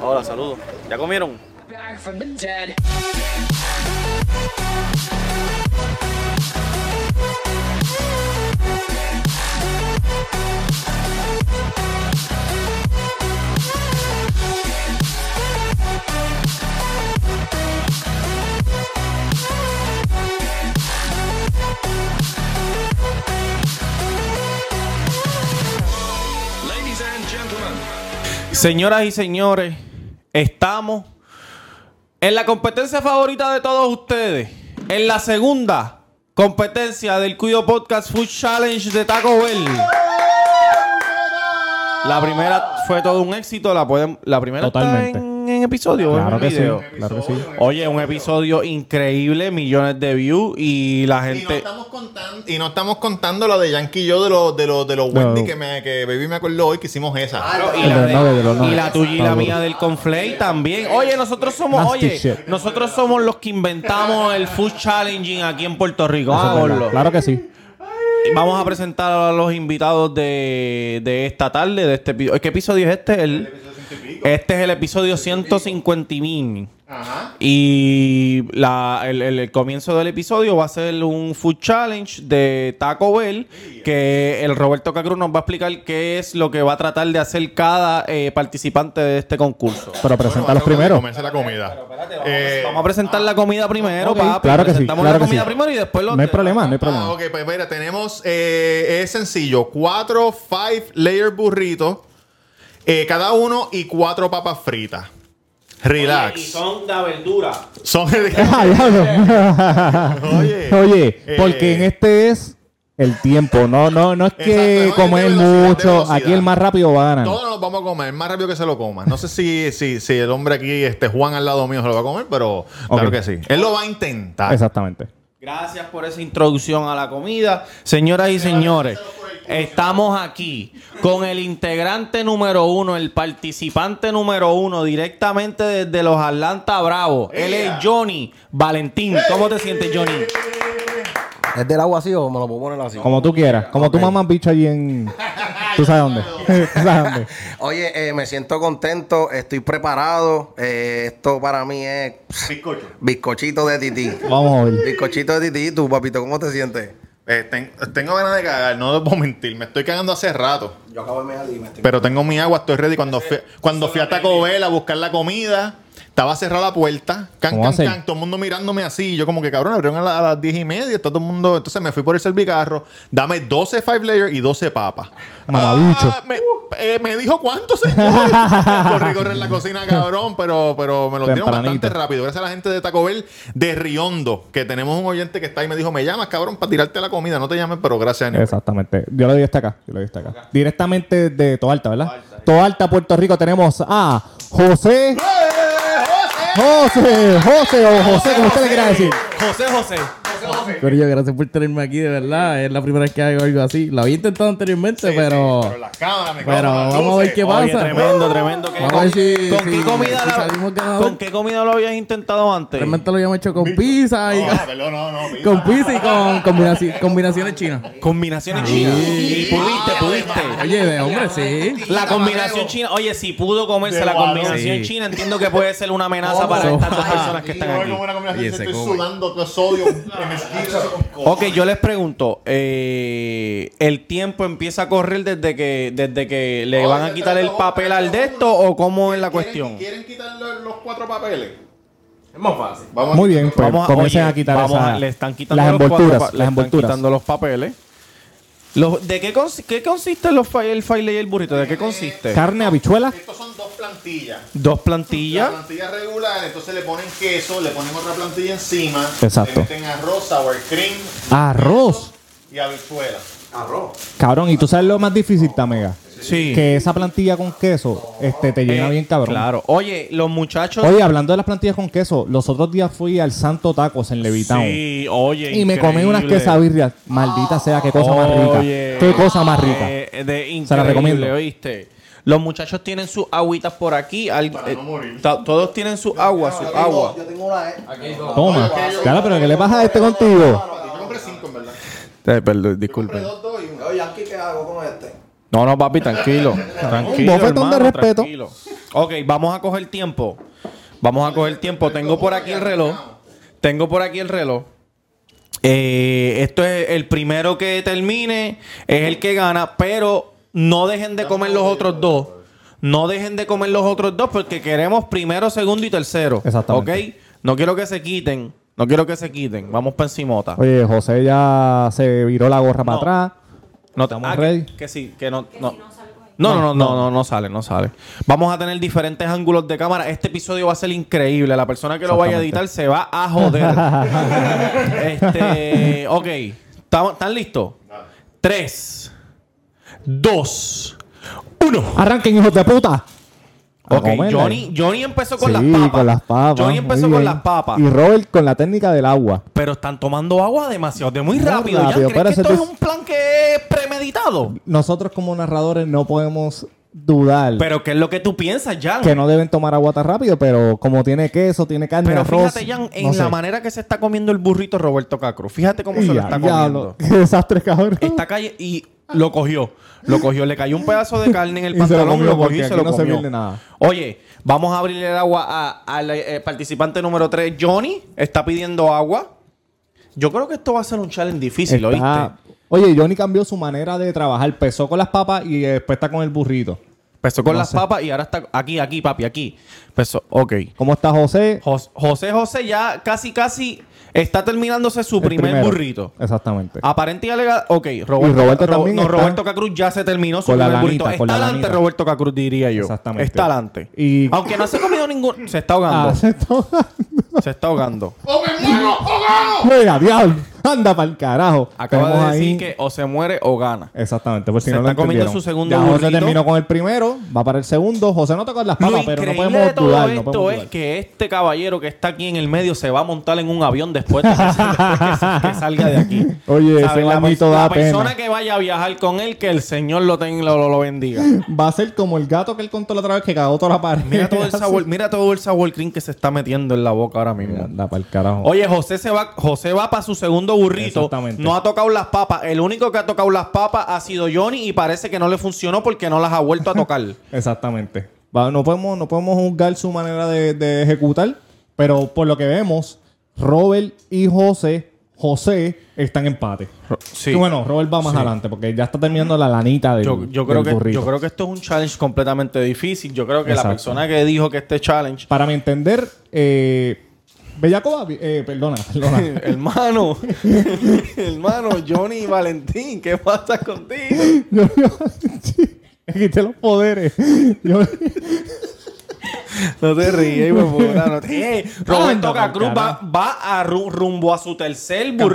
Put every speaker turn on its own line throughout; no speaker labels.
Hola, saludos. ¿Ya comieron?
back from the dead.
Señoras y señores, estamos en la competencia favorita de todos ustedes. En la segunda competencia del Cuido Podcast Food Challenge de Taco Bell. La primera fue todo un éxito. La, pueden, la primera
Totalmente.
está en, en episodio. o en
Claro que sí,
video.
claro que sí.
Oye, un episodio increíble, millones de views y la
Y no,
gente...
estamos contando, Este, y no estamos contando la de Yankee y yo de los de los de los Wendy
No.
que, me, que Baby me acordó hoy que hicimos esa.
Y la,
De los
de-
nueve, de los nueve.
y la tuya y la
Favor.
mía del Conflay también. Oye, nosotros somos,
Nasty
oye,
shit.
nosotros somos los que inventamos el food challenging aquí en Puerto Rico. Ah, Vamos a
Eso es verdad.
verlo.
Claro que sí.
Vamos a presentar a los invitados de, de esta tarde, de este episodio. ¿Qué episodio es este? El- este es el episodio 150 y mil. Y la- el, el- el comienzo del episodio va a ser un food challenge de Taco Bell, que el Roberto Cacruz nos va a explicar qué es lo que va a tratar de hacer cada eh, participante de este concurso.
Pero
Bueno,
preséntalos
vamos a
primero.
Comerse la comida. Eh,
Vamos a presentar la comida primero,
Ok,
papi.
Claro que sí.
Presentamos la
Claro que
comida
sí.
primero y después lo
No hay problema, no hay
Ah,
problema.
ok, pues mira, tenemos, eh, es sencillo, cuatro five layer burritos, eh, cada uno y cuatro papas fritas. Relax.
son de verdura.
son...
Ah, diablo.
Oye,
Oye,
eh,
porque en este es el tiempo. No, no, no es que
Exacto, no
comer
es de velocidad, de
mucho.
velocidad.
Aquí el más rápido va a ganar.
todos nos los vamos a comer, más rápido que se lo coma. No sé si, si, si el hombre aquí, este Juan al lado mío, se lo va a comer, pero claro que sí. Él lo va a intentar.
Exactamente.
Gracias por esa introducción a la comida. Señoras y señores, estamos aquí con el integrante número uno, el participante número uno, directamente desde los Atlanta Bravos. Él es Johnny Valentín. ¿Cómo te sientes, Johnny?
¿Es del agua así o me lo puedo poner así?
Como tú quieras. Como tú mamás bicho allí en... ¿Tú sabes dónde? ¿Tú sabes dónde?
Oye, eh, me siento contento, estoy preparado. eh, esto para mí es
Bizcocho.
bizcochito de tití.
Vamos a ver.
bizcochito de tití. ¿Tú, papito, cómo te sientes?
Eh, ten- tengo ganas de cagar, no debo mentir, me estoy cagando hace rato.
Yo acabo de mear y me estoy...
Pero tengo mi agua, estoy ready. Cuando fui, cuando fui a Taco Bell a buscar la comida, estaba cerrada la puerta. Can,
¿Cómo
can,
hacen?
can, todo el mundo mirándome así. Y yo como que, cabrón, abrieron a, la- a las diez y media. Todo el mundo... Entonces me fui por el servicarro. Dame 12 five layer y 12 papas.
Mamabicho.
Ah, me, eh, me dijo cuánto, señor. corrí, corrí en la cocina, cabrón. Pero, pero me lo dieron
Tempranito.
bastante rápido. Gracias a la gente de Taco Bell de Riondo. Que tenemos un oyente que está ahí. Me dijo, me llamas, cabrón, para tirarte la comida. No te llames, pero gracias, Aníbal.
Exactamente. Yo lo di hasta acá. Yo lo di hasta acá. Directamente de Toalta, ¿verdad? Toalta, Puerto Rico, tenemos a José. José, José o José, como usted le quiera decir.
José José.
Corillo, gracias por tenerme aquí, de verdad. Es la primera vez que hago algo así. Lo había intentado anteriormente, pero.
Pero las cámaras, me
pero vamos a ver
eh.
qué
Oye,
pasa.
tremendo, tremendo. ¿Qué-
Vamos a
¿Con,
ver si-
con qué
si-
comida
si
la-
salimos ganadores.
¿Con qué comida lo habías intentado antes?
Realmente lo habíamos hecho con pizza y.
No, perdón, no, no.
con pizza y con combinaci- combinaciones chinas. Ah.
Combinaciones chinas. Y
Ah,
pudiste, pudiste.
Oye, de hombre, sí.
La combinación china, oye, si pudo comerse
De
la
varón.
combinación
Sí.
china, entiendo que puede ser una amenaza para
Ojo.
estas dos personas que están
Yo
aquí.
como una combinación,
Oye,
estoy
se come.
sudando todo sodio en mezquita.
Ok, yo les pregunto, eh, ¿el tiempo empieza a correr desde que desde que le
Oye,
van a
se
quitar el
acabó,
papel
se
al
acabó.
de esto o cómo es la
¿Quieren-
cuestión?
¿Quieren quitar los, los cuatro papeles?
Es más fácil.
Vamos
Muy bien, pues
Vamos a,
comiencen
oye,
a quitar
vamos
esa-
a- le están quitando
las
los cuatro
envolturas.
pa- le
las
están
envolturas.
quitando los papeles. Los- ¿De qué, cons- qué consiste los fa- el file y el burrito? ¿De qué consiste?
Carne, habichuela.
Estos son dos plantillas.
Dos
La
plantillas.
plantilla regular, entonces le ponen queso, le ponen otra plantilla encima.
Exacto.
Le meten arroz, sour cream.
Arroz.
Y habichuelas.
Arroz.
Cabrón, y tú sabes lo más difícil, Tamega.
Sí.
Que esa plantilla con queso este, te llena
Eh,
bien, cabrón.
Claro. Oye, los muchachos.
Oye, hablando de las plantillas con queso, los otros días fui al Santo Tacos en Levitown.
Sí, oye.
Y me comí unas
increíble.
quesabirrias. Maldita sea, qué cosa más rica.
Oye.
Qué cosa más rica.
Eh, de
Se la
increíble,
recomiendo.
¿oíste? Los muchachos tienen sus agüitas por aquí. al- eh,
no morir.
ta- todos tienen su agua, su agua.
Yo tengo una... eh.
Toma.
Oye, ok,
Claro, pero ¿qué le pasa a este contigo?
Yo compré cinco, en verdad.
perdón,
Compré dos, dos y uno.
Oye, Yankee, ¿qué hago con este?
No, no, papi, tranquilo. tranquilo
Un bofetón de
hermano,
respeto.
tranquilo. Ok, vamos a coger tiempo. Vamos a coger tiempo. Tengo por aquí el reloj. Tengo por aquí el reloj. Eh, esto es el primero que termine, es el que gana, pero no dejen de comer los otros dos. No dejen de comer los otros dos porque queremos primero, segundo y tercero.
Exactamente.
¿Ok? No quiero que se quiten. No quiero que se quiten. Vamos para encimota.
Oye, José ya se viró la
No.
gorra para atrás.
No te
Estamos
ah, que-
ready.
Que, sí, que no. no. No, no, no, no, no, no sale, no sale. Vamos a tener diferentes ángulos de cámara. Este episodio va a ser increíble. La persona que lo vaya a editar se va a joder. este, ok. ¿Estamos- ¿Están listos? Tres, dos, uno.
Arranquen, hijos de puta.
Ok,
Comerle.
Johnny, Johnny empezó con las
Sí,
papas.
con las papas.
Johnny
muy
empezó con
bien.
las papas.
Y Robert con la técnica del agua.
Pero están tomando agua demasiado, de muy
Muy
rápido. ¿Ya crees
rápido,
que
parece
esto
que
es
es-
un plan que es premeditado?
Nosotros como narradores no podemos dudar
Pero ¿qué es lo que tú piensas, Jan?
que no deben tomar agua tan rápido, pero como tiene queso, tiene carne,
Pero
arroz,
fíjate, Jan, en
no
la
sé.
manera que se está comiendo el burrito Roberto Cacro. Fíjate cómo se lo
Ya,
está
diablo,
comiendo.
Qué desastre, cabrón.
Está calle y lo cogió. Lo cogió, le cayó un pedazo de carne en el
Y se lo
pantalón,
comió
lo cogió
porque
y se
aquí
lo
no se
comió.
pierde nada.
Oye, vamos a abrirle el agua a- al eh, participante número 3. Johnny está pidiendo agua. Yo creo que esto va a ser un challenge difícil,
Está-
¿oíste?
Oye, Johnny cambió su manera de trabajar. Empezó con las papas y eh, después está con el burrito.
Empezó con
No
las
sé.
papas y ahora está aquí, aquí, papi, aquí. Empezó, ok.
¿Cómo está José?
Jos- José José ya casi, casi está terminándose su
El
primer
primero.
burrito.
Exactamente.
Aparente Pues. y alega. Ok, Roberto,
Y Roberto
Ro-
también
no,
está-
Roberto Cacruz ya se terminó su
Con la
primer burrito.
lanita, con
Está
la
adelante
lanita.
Roberto Cacruz, diría yo.
Exactamente.
Está adelante.
Y-
Aunque no se ha comido ningún. Se está ahogando.
Ah, se está-
Se está ahogando.
Mira, diablo. Anda para el carajo.
Acaba de
Tenemos
decir
ahí-
que o se muere o gana.
Exactamente, por si
Se
no lo
está comiendo
entendieron.
su segundo
Ya José
burrito.
terminó con el primero, va para el segundo. José no tocó las
Lo
papas, pero no
increíble
podemos
de todo
dudar. no
esto
podemos
es
dudar.
que este caballero que está aquí en el medio se va a montar en un avión después de que, después que- que salga de aquí.
Oye, ese
La,
mamito da
la persona
pena.
que vaya a viajar con él, que el Señor lo tenga, lo, lo bendiga.
Va a ser como el gato que él contó la otra vez que cagó toda la pared.
Mira todo el sabor, mira todo el sabor cream que se está metiendo en la boca ahora mismo.
Anda para el carajo.
Oye, José se va, José va para su segundo burrito.
Exactamente.
No ha tocado las papas. El único que ha tocado las papas ha sido Johnny y parece que no le funcionó porque no las ha vuelto a tocar.
Exactamente. Va, no, podemos, no podemos juzgar su manera de, de ejecutar, pero por lo que vemos, Robert y José, José están en empate.
sí.
Y bueno, Robert va más adelante porque ya está terminando la lanita del,
yo, yo creo
del
que,
burrito.
yo creo que esto es un challenge completamente difícil. Yo creo que la
Exacto.
persona que dijo que este challenge,
Para mi entender, eh, Bellacoa, eh, perdona, perdona.
hermano, hermano, Johnny y Valentín, ¿qué pasa contigo?
Yo, yo- le quité los poderes. Yo-
No te ríes, hijo de puta, no te- Eh, Roberto
Anda,
Cacruz va,
carajo.
va a ru- rumbo a su tercer burrito.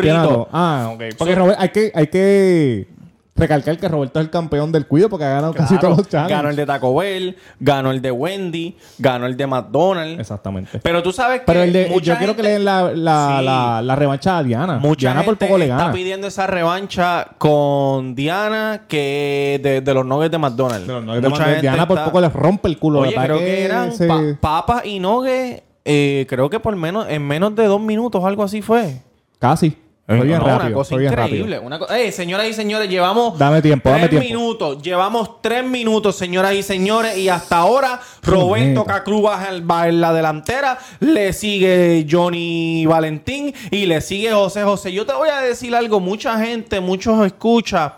campeonato. Ah, ok. Porque Robert, hay que, hay que recalcar que Roberto es el campeón del cuido porque ha ganado casi
Claro,
todos los challenges.
ganó el de Taco Bell, ganó el de Wendy, ganó el de McDonald's.
Exactamente.
Pero tú sabes que
Pero el de,
mucha
yo quiero que le
gente-
den la, la,
Sí.
la, la revancha a Diana.
Mucha
Ah, Diana
gente
por poco le
está
gana.
pidiendo esa revancha con Diana que de, de los nuggets de McDonald's.
De los nuggets de
Mucha
McDonald's.
gente
Diana por
está-
poco le rompe el culo.
Oye,
La
creo
verdad
que eran
se-
pa- papas y nuggets, eh, creo que por menos en menos de dos minutos algo así fue.
Casi. Fue
Eh, No,
bien
una
rápido.
cosa
Fue bien
increíble.
rápido.
Una co- Ey, señoras y señores, llevamos
Dame tiempo,
tres
dame tiempo.
minutos. Llevamos tres minutos, señoras y señores. Y hasta ahora, Roberto
neta.
Cacru baja el- va en la delantera. Le sigue Johnny Valentín y le sigue José José. Yo te voy a decir algo. Mucha gente, muchos escuchas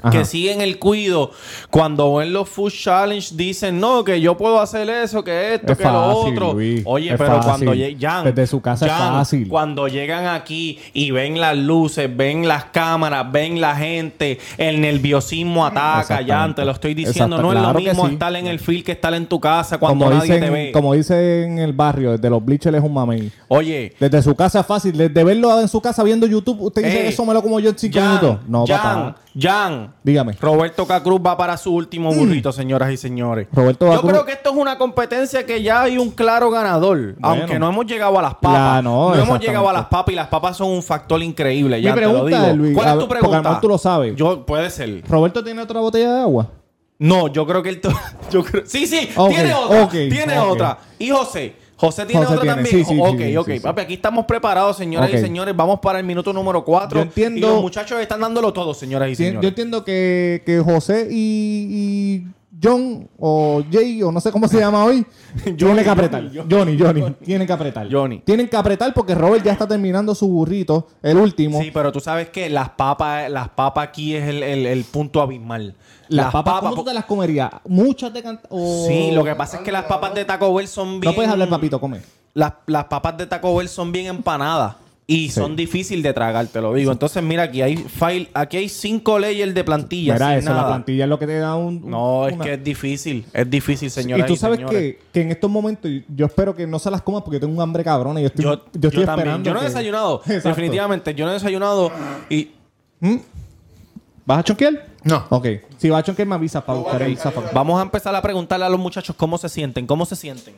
Ajá.
que siguen el cuido. Cuando ven los Food Challenge, dicen, no, que yo puedo hacer eso, que esto,
Es
que lo
fácil,
otro.
Luis,
Oye,
es
pero
fácil.
cuando llegan.
Desde su casa es fácil.
Cuando llegan aquí y ven las luces, ven las cámaras, ven la gente, el nerviosismo ataca,
Exactamente.
Jan, te lo estoy diciendo.
Exacto,
no
claro
es
que
lo mismo
sí.
estar en el field que estar en tu casa cuando
Como
nadie te ve.
dicen, como dicen en el barrio, desde los bleachers es un mamey.
Oye,
Desde su casa es fácil. Desde verlo en su casa viendo YouTube, usted dice
Ey,
eso me lo como yo en 5 minutos.
Jan,
No,
Jan,
papá.
Jan,
Dígame.
Roberto Cacruz va para su último burrito, señoras y señores.
Mm. Roberto
Yo
Cacruz-
creo que esto es una competencia que ya hay un claro ganador. Aunque no hemos llegado a las papas.
La- no,
no, hemos
exactamente.
llegado a las papas y las papas son un factor increíble.
Mi
Jan, te lo
pregunta,
digo.
Luis,
¿Cuál
a-
es tu
porque a
pregunta?
lo mejor tú lo sabes.
Yo, puede ser.
¿Roberto tiene otra botella de agua?
No, yo creo que él. to- yo creo- Sí, sí,
Ok,
tiene otra.
ok,
tiene
ok.
otra. Y José. José tiene
José
otra
tiene,
también.
sí, sí,
ok,
sí,
ok.
sí, sí.
Papi, aquí estamos preparados, señoras
Ok.
y señores. Vamos para el minuto número 4.
Yo entiendo-
Y los muchachos están dándolo todo, señoras y
Sí,
señores.
Yo entiendo que, que José y, y John o Jay o no sé cómo se llama hoy, tiene que apretar. Johnny, Johnny, tiene que apretar.
Johnny.
Tienen que apretar porque Robert ya está terminando su burrito, el último.
Sí, pero tú sabes que las papas, las papas aquí es el, el- el punto abismal.
las, papas, ¿cómo
po-
tú te las comerías? Muchas de canta- o-
Sí, lo que pasa es que las papas de Taco Bell son bien.
No puedes hablar, papito, come.
Las, las papas de Taco Bell son bien empanadas. Y son difíciles de tragar, te lo digo. Entonces, mira, aquí hay file, aquí hay cinco layers de plantilla.
Mira
sin
eso, la
nada.
plantilla es lo que te da un... un-
No, es
una-
que es difícil. Es difícil, señora.
y tú sabes que, que en estos momentos yo espero que no se las comas porque tengo un hambre cabrona y yo estoy,
Yo,
yo
yo
estoy
también.
esperando.
Yo no he
que-
desayunado.
Exacto.
Definitivamente, yo no he desayunado. Y
¿Vas a chonquear?
No.
Ok. Si vas a chonquear, me avisas para buscar el zafacón.
vamos a empezar a preguntarle a los muchachos cómo se sienten. ¿Cómo se sienten?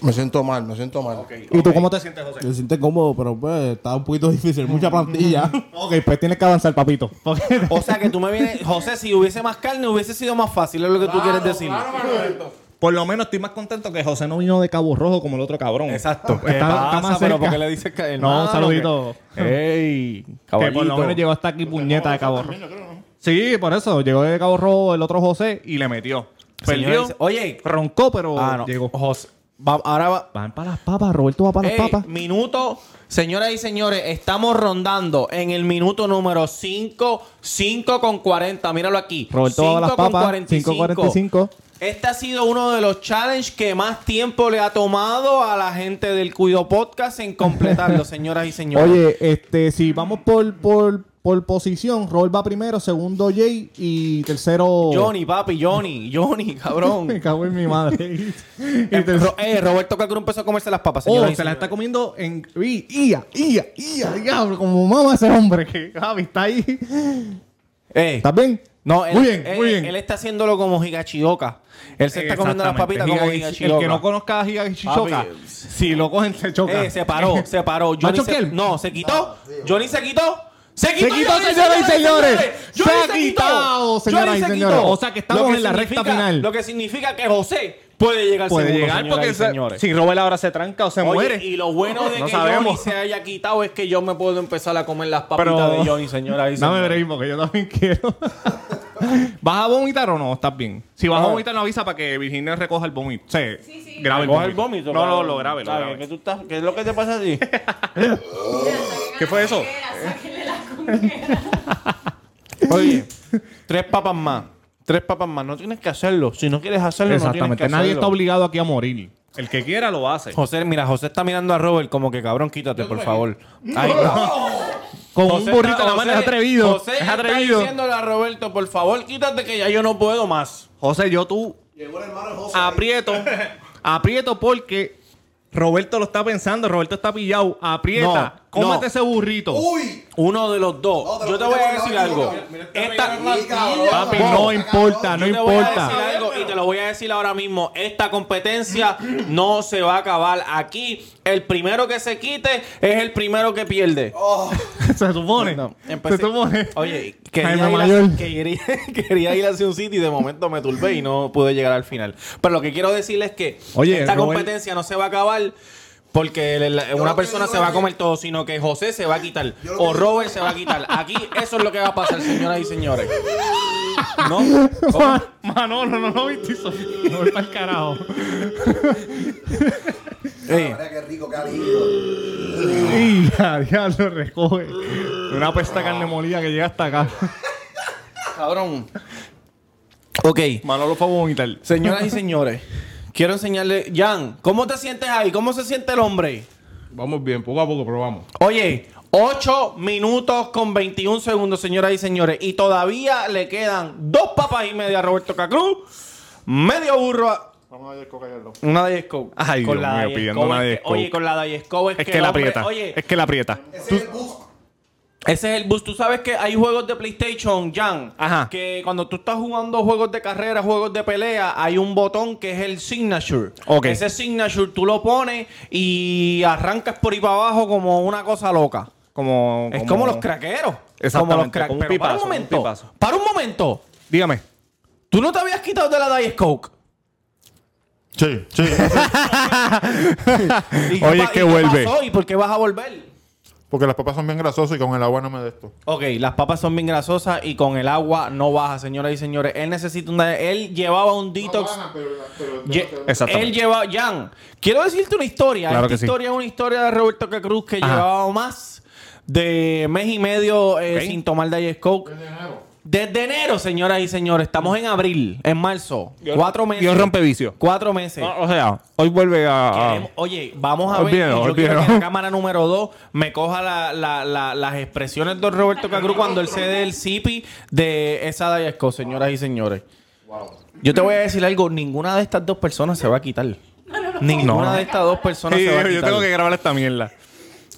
Me siento mal, me siento mal.
¿Y tú cómo te sientes, José?
Yo siento cómodo, pero pues está un poquito difícil. Mucha plantilla.
Ok, pues tienes que avanzar, papito.
O sea que tú me vienes, José, si hubiese más carne hubiese sido más fácil, es lo que tú quieres decir.
Por lo menos estoy más contento que José no vino de Cabo Rojo como el otro cabrón.
Exacto.
Está- está
pero
más cerca.
¿por qué le dices que
No, un saludito.
Ey,
Que por
caballito.
lo menos llegó hasta aquí puñeta de Cabo Rojo. Sí, por eso. Llegó de Cabo Rojo el otro José y le metió.
Señores,
Perdió.
Oye,
Roncó, pero
ah, no.
llegó.
José, va- ahora va,
Van para las papas, Roberto va para
Ey,
las papas.
Minuto, señoras y señores, estamos rondando en el minuto número 5, 5 con 40. Míralo aquí.
Roberto va a las papas, 5.45.
Este ha sido uno de los challenges que más tiempo le ha tomado a la gente del Cuido Podcast en completarlo, señoras y señores.
Oye, este, si vamos por, por, por posición, Robert va primero, segundo Jay y tercero.
Johnny, papi, Johnny, Johnny,
Me
cabrón.
cago en mi madre. y
Eh,
tercero.
Ro- eh, Roberto Cacrún empezó a comerse las papas,
Oh,
señoras y
se la
señores.
está comiendo en. ¡Uy! ¡Ia! ¡Ia! ¡Ia! ¡Diablo! Como mama ese hombre que Gaby está ahí.
Ey.
¿Estás bien?
Eh, No, él,
Muy bien,
él-
muy bien.
Él está haciéndolo como Higachioka. Él se está comiendo las papitas como Higachioka.
El que no conozca a Giga Chichoca,
Papi.
si lo cogen, se choca.
Eh, se paró, se paró. Johnny
¿Macho
se-
Kiel?
no, se quitó. Johnny se quitó. Se quitó,
Se quitó,
Johnny,
señoras y señores.
Johnny
Se ha quitado,
quitó.
señoras
Johnny
y
se
señores.
quitó.
O sea, que estamos
Lo
en la recta
significa-
final.
Lo que significa que José puede llegar
Puede
segundo,
llegar
señoras
porque
y
se-
señores.
si Robert ahora se tranca o se
Oye,
muere.
y lo bueno de
No
que Johnny
sabemos.
se haya quitado es que yo me puedo empezar a comer las papitas
Pero-
de Johnny, señoras y
Dame
señores.
break porque yo también quiero. ¿Vas a vomitar o no? ¿Estás bien? Si vas a
No.
vomitar, no avisa para que Virginia recoja el vómito. Sí, Grabe el
Coge el vómito.
vómito. No, no,
cabrón.
lo grabe, lo
¿Sabes?
grabe.
¿Qué, tú estás- qué es lo que te pasa a ti?
¿Qué fue eso?
Sáquenle la conguera.
Oye, tres papas más. Tres papas más. No tienes que hacerlo. Si no quieres hacerlo, no tienes que
Exactamente. Nadie
hacerlo.
está obligado aquí a morir. El que quiera lo hace.
José, mira, José está mirando a Robert como que cabrón, quítate, por favor. Ahí está.
Con
José
un burrito
está-
en la mano es
José-
atrevido.
José
es
está
atrevido.
diciéndole a Roberto, por favor, quítate que ya yo no puedo más.
José, yo tú aprieto, aprieto porque Roberto lo está pensando, Roberto está pillado, aprieta,
No,
cómete
no.
ese burrito.
¡Uy!
Uno de los dos.
No, te
yo
lo
te voy a
meto
decir
con la
algo.
boca. Mira,
Esta,
Papi,
Wow.
no importa, no
Yo te voy a decir
importa.
algo y te lo voy a decir ahora mismo. Esta competencia no se va a acabar aquí. El primero que se quite es el primero que pierde.
Se supone.
No, empecé-
se supone.
Oye,
Jaime
quería ir,
Mayor.
a, quería, quería ir hacia un sitio y de momento me turbé y no pude llegar al final. Pero lo que quiero decirles es que
Oye,
esta
Robert-
competencia no se va a acabar porque el- el-
lo
una
que
persona
digo
se va
es
a
que-
comer todo, sino que José se va a quitar
Yo lo que
o
digo-
Robert se va a quitar. Aquí eso es lo que va a pasar, señoras y señores. ¿No? ¿Cómo?
Manolo, no lo viste eso. No voy pa'l carajo.
Ey,
Mira qué rico, qué alivio.
Y ya, diablo, recoge. Una pesta de carne molida que llega hasta acá.
cabrón. Ok,
Manolo fue a vomitar.
señoras y señores, quiero enseñarle. Jan, ¿cómo te sientes ahí? ¿Cómo se siente el hombre?
Vamos bien, poco a poco, pero vamos.
Oye, 8 minutos con 21 segundos, señoras y señores. Y todavía le quedan dos papas y media a Roberto Cacruz, medio burro a... Una Diet Coke.
Ay, Dios mío,
Diet
pidiendo
Coke
una
es que-
Diet Coke.
Oye, con la Diet Coke es,
Es que,
el
la
hombre-
aprieta.
Oye,
Es que la aprieta.
Ese es el bus.
ese es el boost. Tú sabes que hay juegos de PlayStation, Jan.
Ajá.
Que cuando tú estás jugando juegos de carrera, juegos de pelea, hay un botón que es el signature.
Ok.
Ese signature tú lo pones y arrancas por ahí para abajo como una cosa loca.
Como,
Es como los craqueros.
Exactamente,
Como los crack-
como un
Pero para
pipazo,
un
como un
momento.
pipazo.
para un momento.
Dígame.
¿Tú no te habías quitado de la Diet Coke?
Sí, sí.
¿Y
Oye,
pa-
es que
y
vuelve.
pasó? ¿Y por qué vas a volver?
Porque las papas son bien grasosas y con el agua no me de esto.
Ok, las papas son bien grasosas y con el agua no baja, señoras y señores. Él necesita una... Él llevaba un detox...
Ah,
Ye-
Exactamente.
Él lleva, Jan, quiero decirte una historia.
Claro
Esta
que sí.
historia es una historia de Roberto C. Cruz que llevaba más de mes y medio eh,
Ok.
sin tomar Diet Coke. Desde enero, señoras y señores. Estamos en abril, en marzo. cuatro meses.
Dios rompe vicio.
Cuatro meses.
Ah,
O sea, hoy vuelve a.
Queremos- oye, vamos a ver.
Olvídalo,
y Yo quiero que
olvídalo.
la cámara número 2 me coja la- la- la- las expresiones de Roberto Cacru cuando él cede el CIPI de esa Dayasco, señoras y señores. Yo te voy a decir algo: ninguna de estas dos personas se va a quitar. Ninguna de estas dos personas
Sí,
se va a
yo
quitar.
tengo que grabar esta mierda.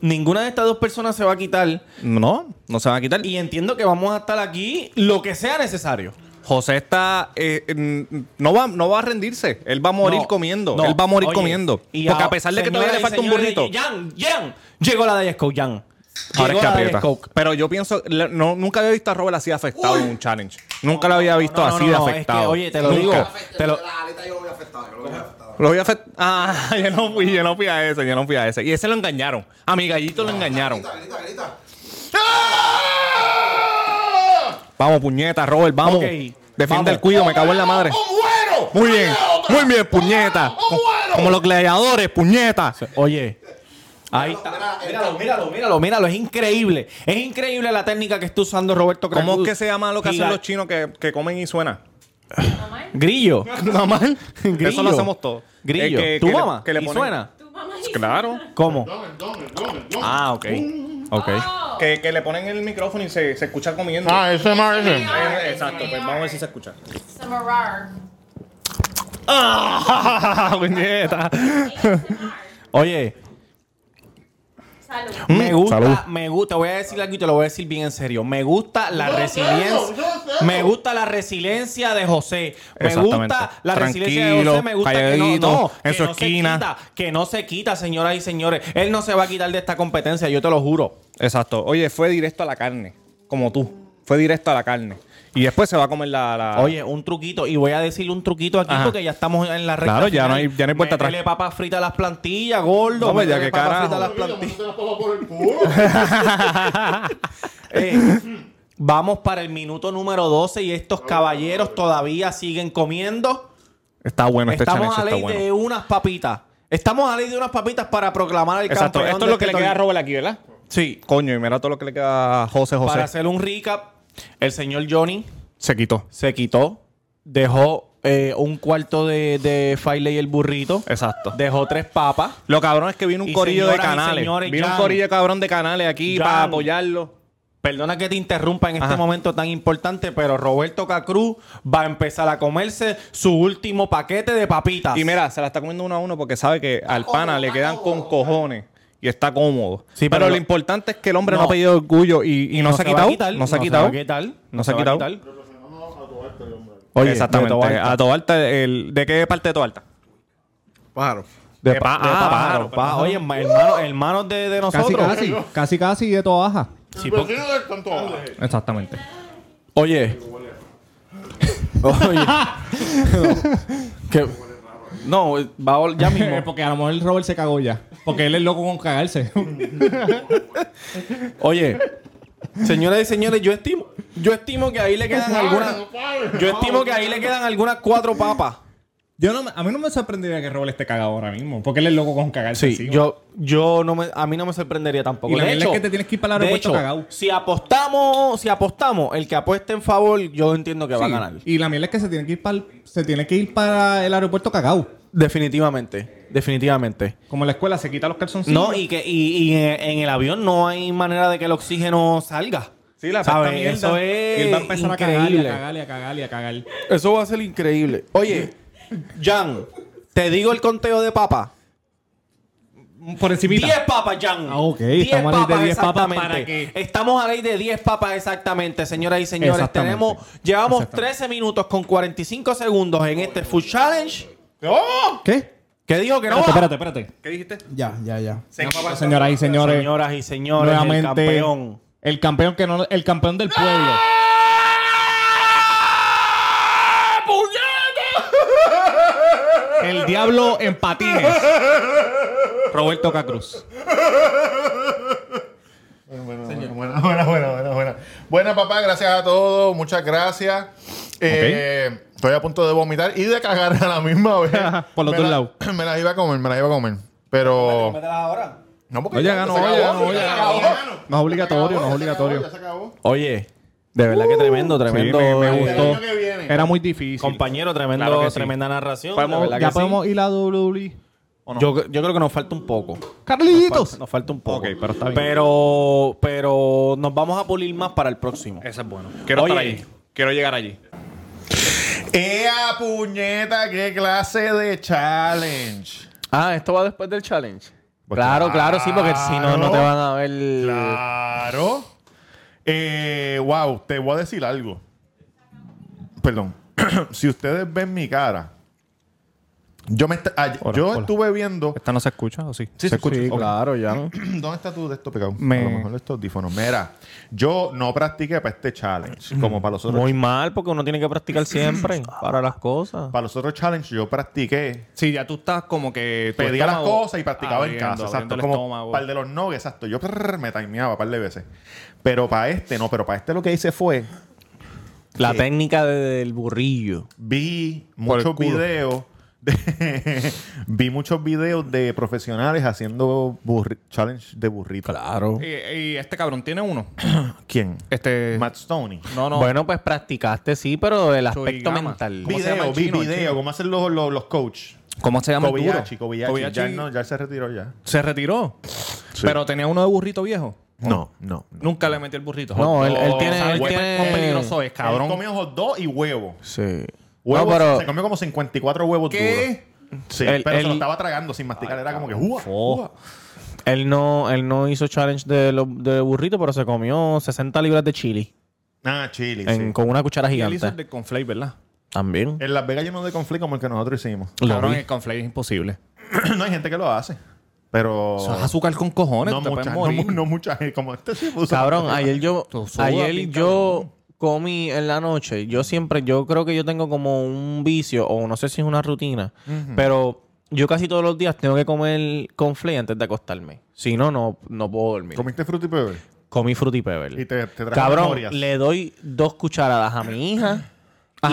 Ninguna de estas dos personas se va a quitar.
No, no se van a quitar.
Y entiendo que vamos a estar aquí lo que sea necesario.
José está. eh, mm, no, va, no va a rendirse. Él va a morir
No,
comiendo.
no.
Él va a morir
Oye,
comiendo.
y
Porque
ahora,
a pesar de que todavía le
señoras
falta
y
un
señores,
burrito.
Jan, Jan, llegó la Dayasco, Jan.
Ahora es
Llegó
que
la
aprieta.
Diet Coke.
Pero yo pienso, la- no, nunca había visto a Robert así de afectado en un challenge. Nunca lo había visto
no, no,
así
no,
de
no, es que,
afectado.
oye, te lo
Nunca.
digo. Te lo-
La aleta yo lo voy a afectar, yo lo voy a afectar.
Lo voy a afectar. Ah, yo no fui, yo no fui a ese, yo no fui a ese. Y ese lo engañaron. A mi gallito lo engañaron.
Grita, grita, grita.
Vamos, puñeta, Robert, vamos.
Ok,
Defiende
vamos.
el cuido, me cago en la madre. Muy bien, muy bien, puñeta. Co- Como los gladiadores, puñeta.
Oye. Ahí está. Míralo, míralo, míralo, míralo. Es increíble. Es increíble la técnica que está usando Roberto Cruz.
¿Cómo es que se llama lo que hacen
Giga-
los chinos que, que comen y suena?
Grillo.
Nada mal.
Grillo.
Eso lo hacemos todos.
Grillo.
Eh, que-
¿Tu
que le-
mamá?
que le
¿Y
ponen-
suena?
Tu mamá y-
Claro.
¿Cómo?
Ah, ok. Ok.
Oh.
Que, que le ponen el micrófono y se, se escucha comiendo.
Ah, ese es más ese.
Eh, Exacto, pues vamos a ver si se escucha.
Samarar.
¡Ah! ¡Puñeta!
Oye,
Salud.
me gusta,
Mm, salud.
me gusta. Voy a decir algo y te lo voy a decir bien en serio. Me gusta la resiliencia. Me gusta la resiliencia de José. Me
Exactamente.
gusta la resiliencia de José.
Tranquilo,
Me gusta que no,
calladito,
no,
en
que
su
no se
esquina.
quita, que no se quita, señoras y señores. Él no se va a quitar de esta competencia, yo te lo juro.
Exacto. Oye, fue directo a la carne. Como tú. Fue directo a la carne. Y después se va a comer la. la-
Oye, un truquito. Y voy a decirle un truquito aquí
Ah. Ajá.
porque ya estamos en la recta
Claro, ya
final.
no hay- ya no hay vuelta atrás.
Métele papas fritas a las plantillas, gordo.
No, pues, ya
Métele
que
papas
carajo.
fritas a las plantillas. Eh, vamos para el minuto número 12 y estos caballeros todavía siguen comiendo.
Está bueno este
Estamos
challenge,
a
está
ley
bueno.
de unas papitas. Estamos a ley de unas papitas para proclamar el
Exacto.
campeón. de
Esto es lo que
este
le queda a
torneo.
Robert aquí, ¿verdad?
Sí.
Coño, y mira todo lo que le queda a José José.
Para hacer un recap, el señor Johnny
Se quitó.
se quitó, dejó eh, un cuarto de, de Filey y el burrito,
Exacto.
dejó tres papas.
Lo cabrón es que vino un
Y
corillo de
señoras y
canales.
señores,
vino
Jan.
un corillo de cabrón de canales aquí
Jan.
para apoyarlo.
Perdona que te interrumpa en este
Ajá.
momento tan importante, pero Roberto Cacruz va a empezar a comerse su último paquete de papitas.
Y mira, se la está comiendo uno a uno porque sabe que al pana le quedan con cojones y está cómodo.
Sí,
pero,
pero
lo
no-
importante es que el hombre no,
No.
ha pedido orgullo y, y no, se, ha
va a
quitado.
quitar,
no se ha
va
quitado.
a quitar,
No se ha quitado.
quitar. Oye,
Exactamente.
de Toa Alta.
a Toalta, el, ¿de qué parte de Toalta?
Pájaro.
De,
Pa-
ah,
de
pájaro,
pájaro, pájaro. Oye, herma- hermano, hermanos de, de
Casi,
nosotros.
casi. Casi, casi de toda baja.
Sí, porque-
Exactamente.
Oye. Oye. Que- No, va a ol- ya mismo.
Porque a lo mejor el Robert se cagó ya. Porque él es loco con cagarse.
Oye, señoras y señores, yo estimo, yo estimo que ahí le quedan algunas, yo estimo que ahí le quedan algunas cuatro papas.
Yo no, me- a mí no me sorprendería que Robert esté cagado ahora mismo. Porque él es loco con cagarse.
Sí, yo, yo no me, a mí no me sorprendería tampoco.
Y la
De
verdad
hecho,
es que te tienes que ir para el
de
aeropuerto
hecho,
cagao.
Si apostamos, si apostamos, el que apueste en favor, yo entiendo que va a
Sí,
ganar.
Y la mierda es que se tiene que ir para el, se tiene que ir para el aeropuerto cagao.
Definitivamente, definitivamente.
Como en la escuela se quita los calzoncillos.
No, y que y, y en, en el avión no hay manera de que el oxígeno salga.
Sí, la
¿Sabes?
pasta mierda.
Eso
Y él va a
es
empezar
increíble.
a cagarle, a cagarle, a cagarle, a cagar.
Eso va a ser increíble. Oye, Jan, te digo el conteo de papas.
Por
10
encimita.
papas, Jan.
Ah, ok. Estamos a ley de 10 papas para
exactamente. Estamos a ley de 10 papas exactamente, señoras y señores.
Exactamente.
Tenemos, llevamos
Exactamente.
13 minutos con 45 segundos en este Food Challenge.
¿Qué?
Que dijo que no va.
Espérate, espérate, espérate.
¿Qué dijiste?
Ya, ya, ya.
Señoras y señores,
Señoras y señores,
nuevamente
el campeón.
el campeón que no, el campeón del pueblo.
¡Ah!
El diablo en patines. Roberto Cacruz.
Bueno, bueno, bueno, bueno, bueno, bueno, bueno. Bueno, papá, gracias a todos. Muchas gracias. Eh, Estoy a punto de vomitar y de cagar a la misma vez.
Por los
Me
dos
la-
lados.
Me las iba a comer, me las iba a comer. Pero. No, porque
Oye,
ya
gano,
se
oye,
acabó,
gano,
ya se
oye,
acabó.
No es obligatorio, no es
Ya se acabó,
obligatorio.
ya se acabó.
Oye, de verdad que tremendo, tremendo.
me- me
eh,
El
gustó.
año que viene.
Era muy difícil.
Compañero, tremendo,
Claro que sí.
tremenda narración. de
Podemos-
verdad
ya
que sí.
podemos ir a WWE.
yo, yo creo que nos falta un poco.
Carlitos.
Nos falta un poco.
Ok, pero está bien.
Pero, pero nos vamos a pulir más para el próximo.
Ese es bueno. Quiero
Oye.
estar allí. Quiero llegar allí.
¡Ea, puñeta! ¡Qué clase de challenge! Pues
Ah, esto va después del challenge. claro, claro, sí, porque si no, no te van a ver.
Claro. Eh, wow, te voy a decir algo. Perdón. si ustedes ven mi cara, yo me esta- ay-
Hola,
yo
hola.
estuve viendo.
¿Esta no se escucha o sí?
Sí, sí, sí,
Ok.
Claro, ya. ¿no?
¿Dónde está tu de esto pegado?
Me-
A lo mejor de estos audífonos. Mira, yo no practiqué para este challenge, como para los otros.
Muy mal, porque uno tiene que practicar siempre para las cosas.
Para los otros challenges yo practiqué
Sí, ya tú estás como que. tu
pedía las
estómago
cosas y practicaba en
abriendo,
casa.
abriendo
Exacto.
el
Como
estómago.
un par de los nogues, exacto. Yo prrr, me timeaba un par de veces. Pero para este no, pero para este lo que hice fue
La
Sí.
técnica de- del burrillo.
vi
Por el
muchos
culo.
videos de, vi muchos videos de profesionales haciendo burri- challenge de burrito.
Claro.
Y, y este cabrón tiene uno.
¿Quién?
Este.
Matt Stoney.
no, no.
Bueno, pues practicaste, sí, pero del
Chuy
aspecto
Gama.
mental.
¿Cómo se llama
Video,
el
vi
chino, el
video,
chino?
cómo hacen los, los, los coach.
¿Cómo se llama? el duro?
Kobayashi, Kobayashi.
Kobayashi
Ya, no, ya él se retiró ya.
Se retiró. Pero tenía uno de burrito viejo.
No, no.
Nunca le metí el burrito. Oh,
No, él- él tiene-
¿Sabes
él
qué
tiene-
cuán peligroso es,
Cabrón.
cabrón?
Él comió hot dog y huevo.
Sí.
Huevos,
No, pero-
se comió como 54 huevos
¿Qué?
duros. Sí,
El-
pero se
el-
lo estaba tragando sin masticar. Era como que ¡Ua! ua".
Él no, él no hizo challenge de, lo- de burrito, pero se comió 60 libras de chili
Ah, chili,
en-
sí.
con una cuchara
Y él hizo el
gigante.
de Conflay, ¿verdad?
También.
En Las Vegas lleno de conflicto como el que nosotros hicimos.
cabrón, el Conflay es imposible.
no hay gente que lo hace. Pero...
Eso es azúcar con cojones.
no,
te puedes
mucha, no,
morir.
mu- no mucha gente. Como este sí puso-
Cabrón, ayer yo,
Tú sudas,
ayer
bien
yo comí en la noche. Yo siempre, yo creo que yo tengo como un vicio, o no sé si es una rutina, pero yo casi todos los días tengo que comer conflay antes de acostarme. Si no, no, no puedo dormir.
¿Comiste fruta y pebre?
Comí fruta y pebble.
Y te, te trajo
Cabrón,
memorias.
le doy dos cucharadas a mi hija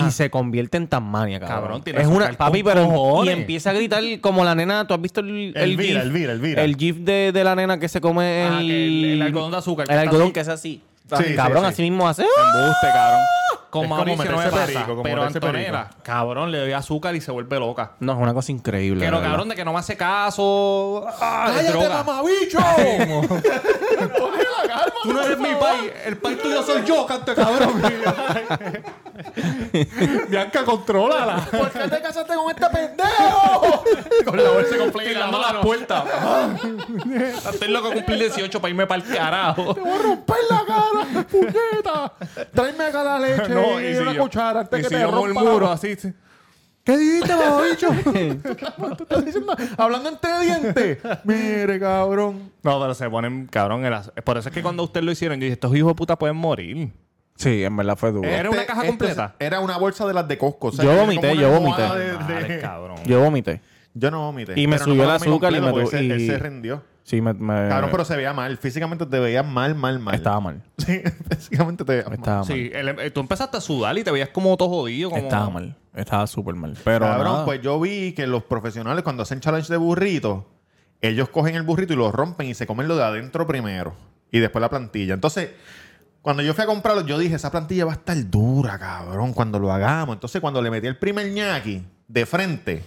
y se convierte en Tasmania, cabrón.
Cabrón, tiene
es una
azúcar
papi,
con
pero y
cojones.
empieza a gritar como la nena. ¿Tú has visto el, el
Elvira,
gif?
Elvira, Elvira.
El gif de, de la nena que se come
Ah,
el,
que el- el algodón de azúcar, que
El
está
algodón
así.
que es así.
Sí,
cabrón,
sí, sí.
así mismo hace.
Embuste, cabrón. Con
Es como
Mauricio no me
meterse
pasa,
perico, como
pero
meterse
Antonella, cabrón, le doy azúcar y se vuelve loca.
No, es una cosa increíble.
Pero
de verdad.
cabrón, de que no me hace caso. Ah, de droga.
mamabicho!
Tú no eres mi pai. El pai tuyo soy yo, canto cabrón. Bianca, contrólala.
¿Por qué te casaste con este pendejo? con la bolsa completa en la
Tirando
mano.
las puertas. Estoy loco de cumplir 18 para irme para el carajo.
¡Te voy a romper la cara, puñeta! ¡Tráeme acá la leche y, una cuchara antes que te rompa la-
así.
¿Qué dijiste, mamabicho? ¿Tú estás diciendo? Hablando entre dientes. Mire, cabrón.
No, pero se ponen, cabrón. el az- Por eso es que cuando ustedes lo hicieron, yo dije, estos hijos de puta pueden morir.
Sí, en verdad fue duro.
¿Era
Este,
una caja completa?
Era una bolsa de las de Costco. o sea,
Yo
era
vomité,
como una
yo
almohada
vomité.
de- de-
Dale, cabrón.
Yo vomité.
Yo no vomité.
Y me
Pero
subió el
lo comí
azúcar y
completo
me
porque
tu-
él se-
y-
él Pues se rindió.
Sí, me,
Eh.
me-
Cabrón, pero se veía mal. Físicamente te veía mal, mal, mal.
estaba mal.
Sí, físicamente te veía mal.
Estaba mal.
Sí, el- eh, tú empezaste a sudar y te veías como todo jodido. Como...
Estaba mal. Estaba súper mal. Pero
Cabrón,
nada.
pues yo vi que los profesionales cuando hacen challenge de burrito, ellos cogen el burrito y lo rompen y se comen lo de adentro primero y después la plantilla. Entonces, cuando yo fui a comprarlo, yo dije, esa plantilla va a estar dura, cabrón, cuando lo hagamos. Entonces, cuando le metí el primer ñaki de frente,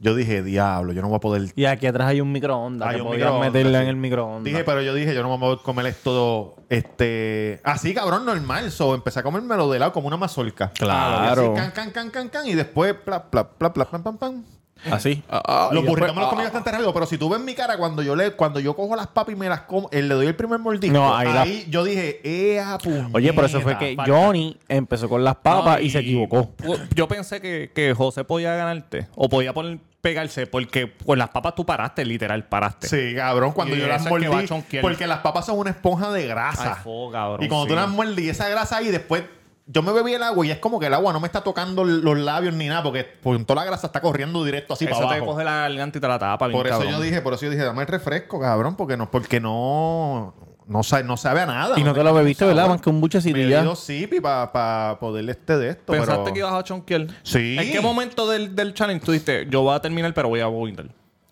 yo dije, diablo, yo no voy a poder...
Y aquí atrás hay un microondas.
Hay
que
un
podías
microondas,
meterla
sí.
en el microondas.
Dije, pero yo dije, yo no me voy a comer esto este, así, cabrón, normal. So, empecé a comérmelo de lado como una mazorca.
Claro.
Y así, can, can, can, can, can, y después, pla, pla, pla, pla, pam, pam, pam.
Así.
los burritos me los comí bastante rápido, pero si tú ves mi cara cuando yo le, cuando yo cojo las papas y me las como, eh, le doy el primer mordisco,
No, ahí
ahí,
la-
yo dije, ¡ea puñeta!
Oye, por eso fue que
falta.
Johnny empezó con las papas
No,
y... se equivocó.
pu- Yo pensé que, que José podía ganarte o podía poner, pegarse porque pues, las papas tú paraste, literal, paraste.
Sí, cabrón, cuando
Este. Y
yo
eso
las
es que va
mordí,
a chonquear.
porque las papas son una esponja de grasa.
Ay, fo, cabrón,
y cuando tú
sí.
las mordí, esa grasa ahí, después yo me bebí el agua y es como que el agua no me está tocando los labios ni nada, porque pues, toda la grasa está corriendo directo así
eso
para
te
abajo.
coge la garganta y te la tapa. bien
Por eso
cabrón.
yo dije, por eso yo dije, dame el refresco, cabrón, porque no, porque no, no, sabe, no sabe a nada.
Y no te lo bebiste, ¿verdad? Más que un buchecito
Me
y
dio
ya.
sipi para poder este de esto.
Pensaste
pero...
que ibas a chonquear.
Sí.
¿En qué momento del, del challenge tú dijiste, yo voy a terminar, pero voy a vomitar?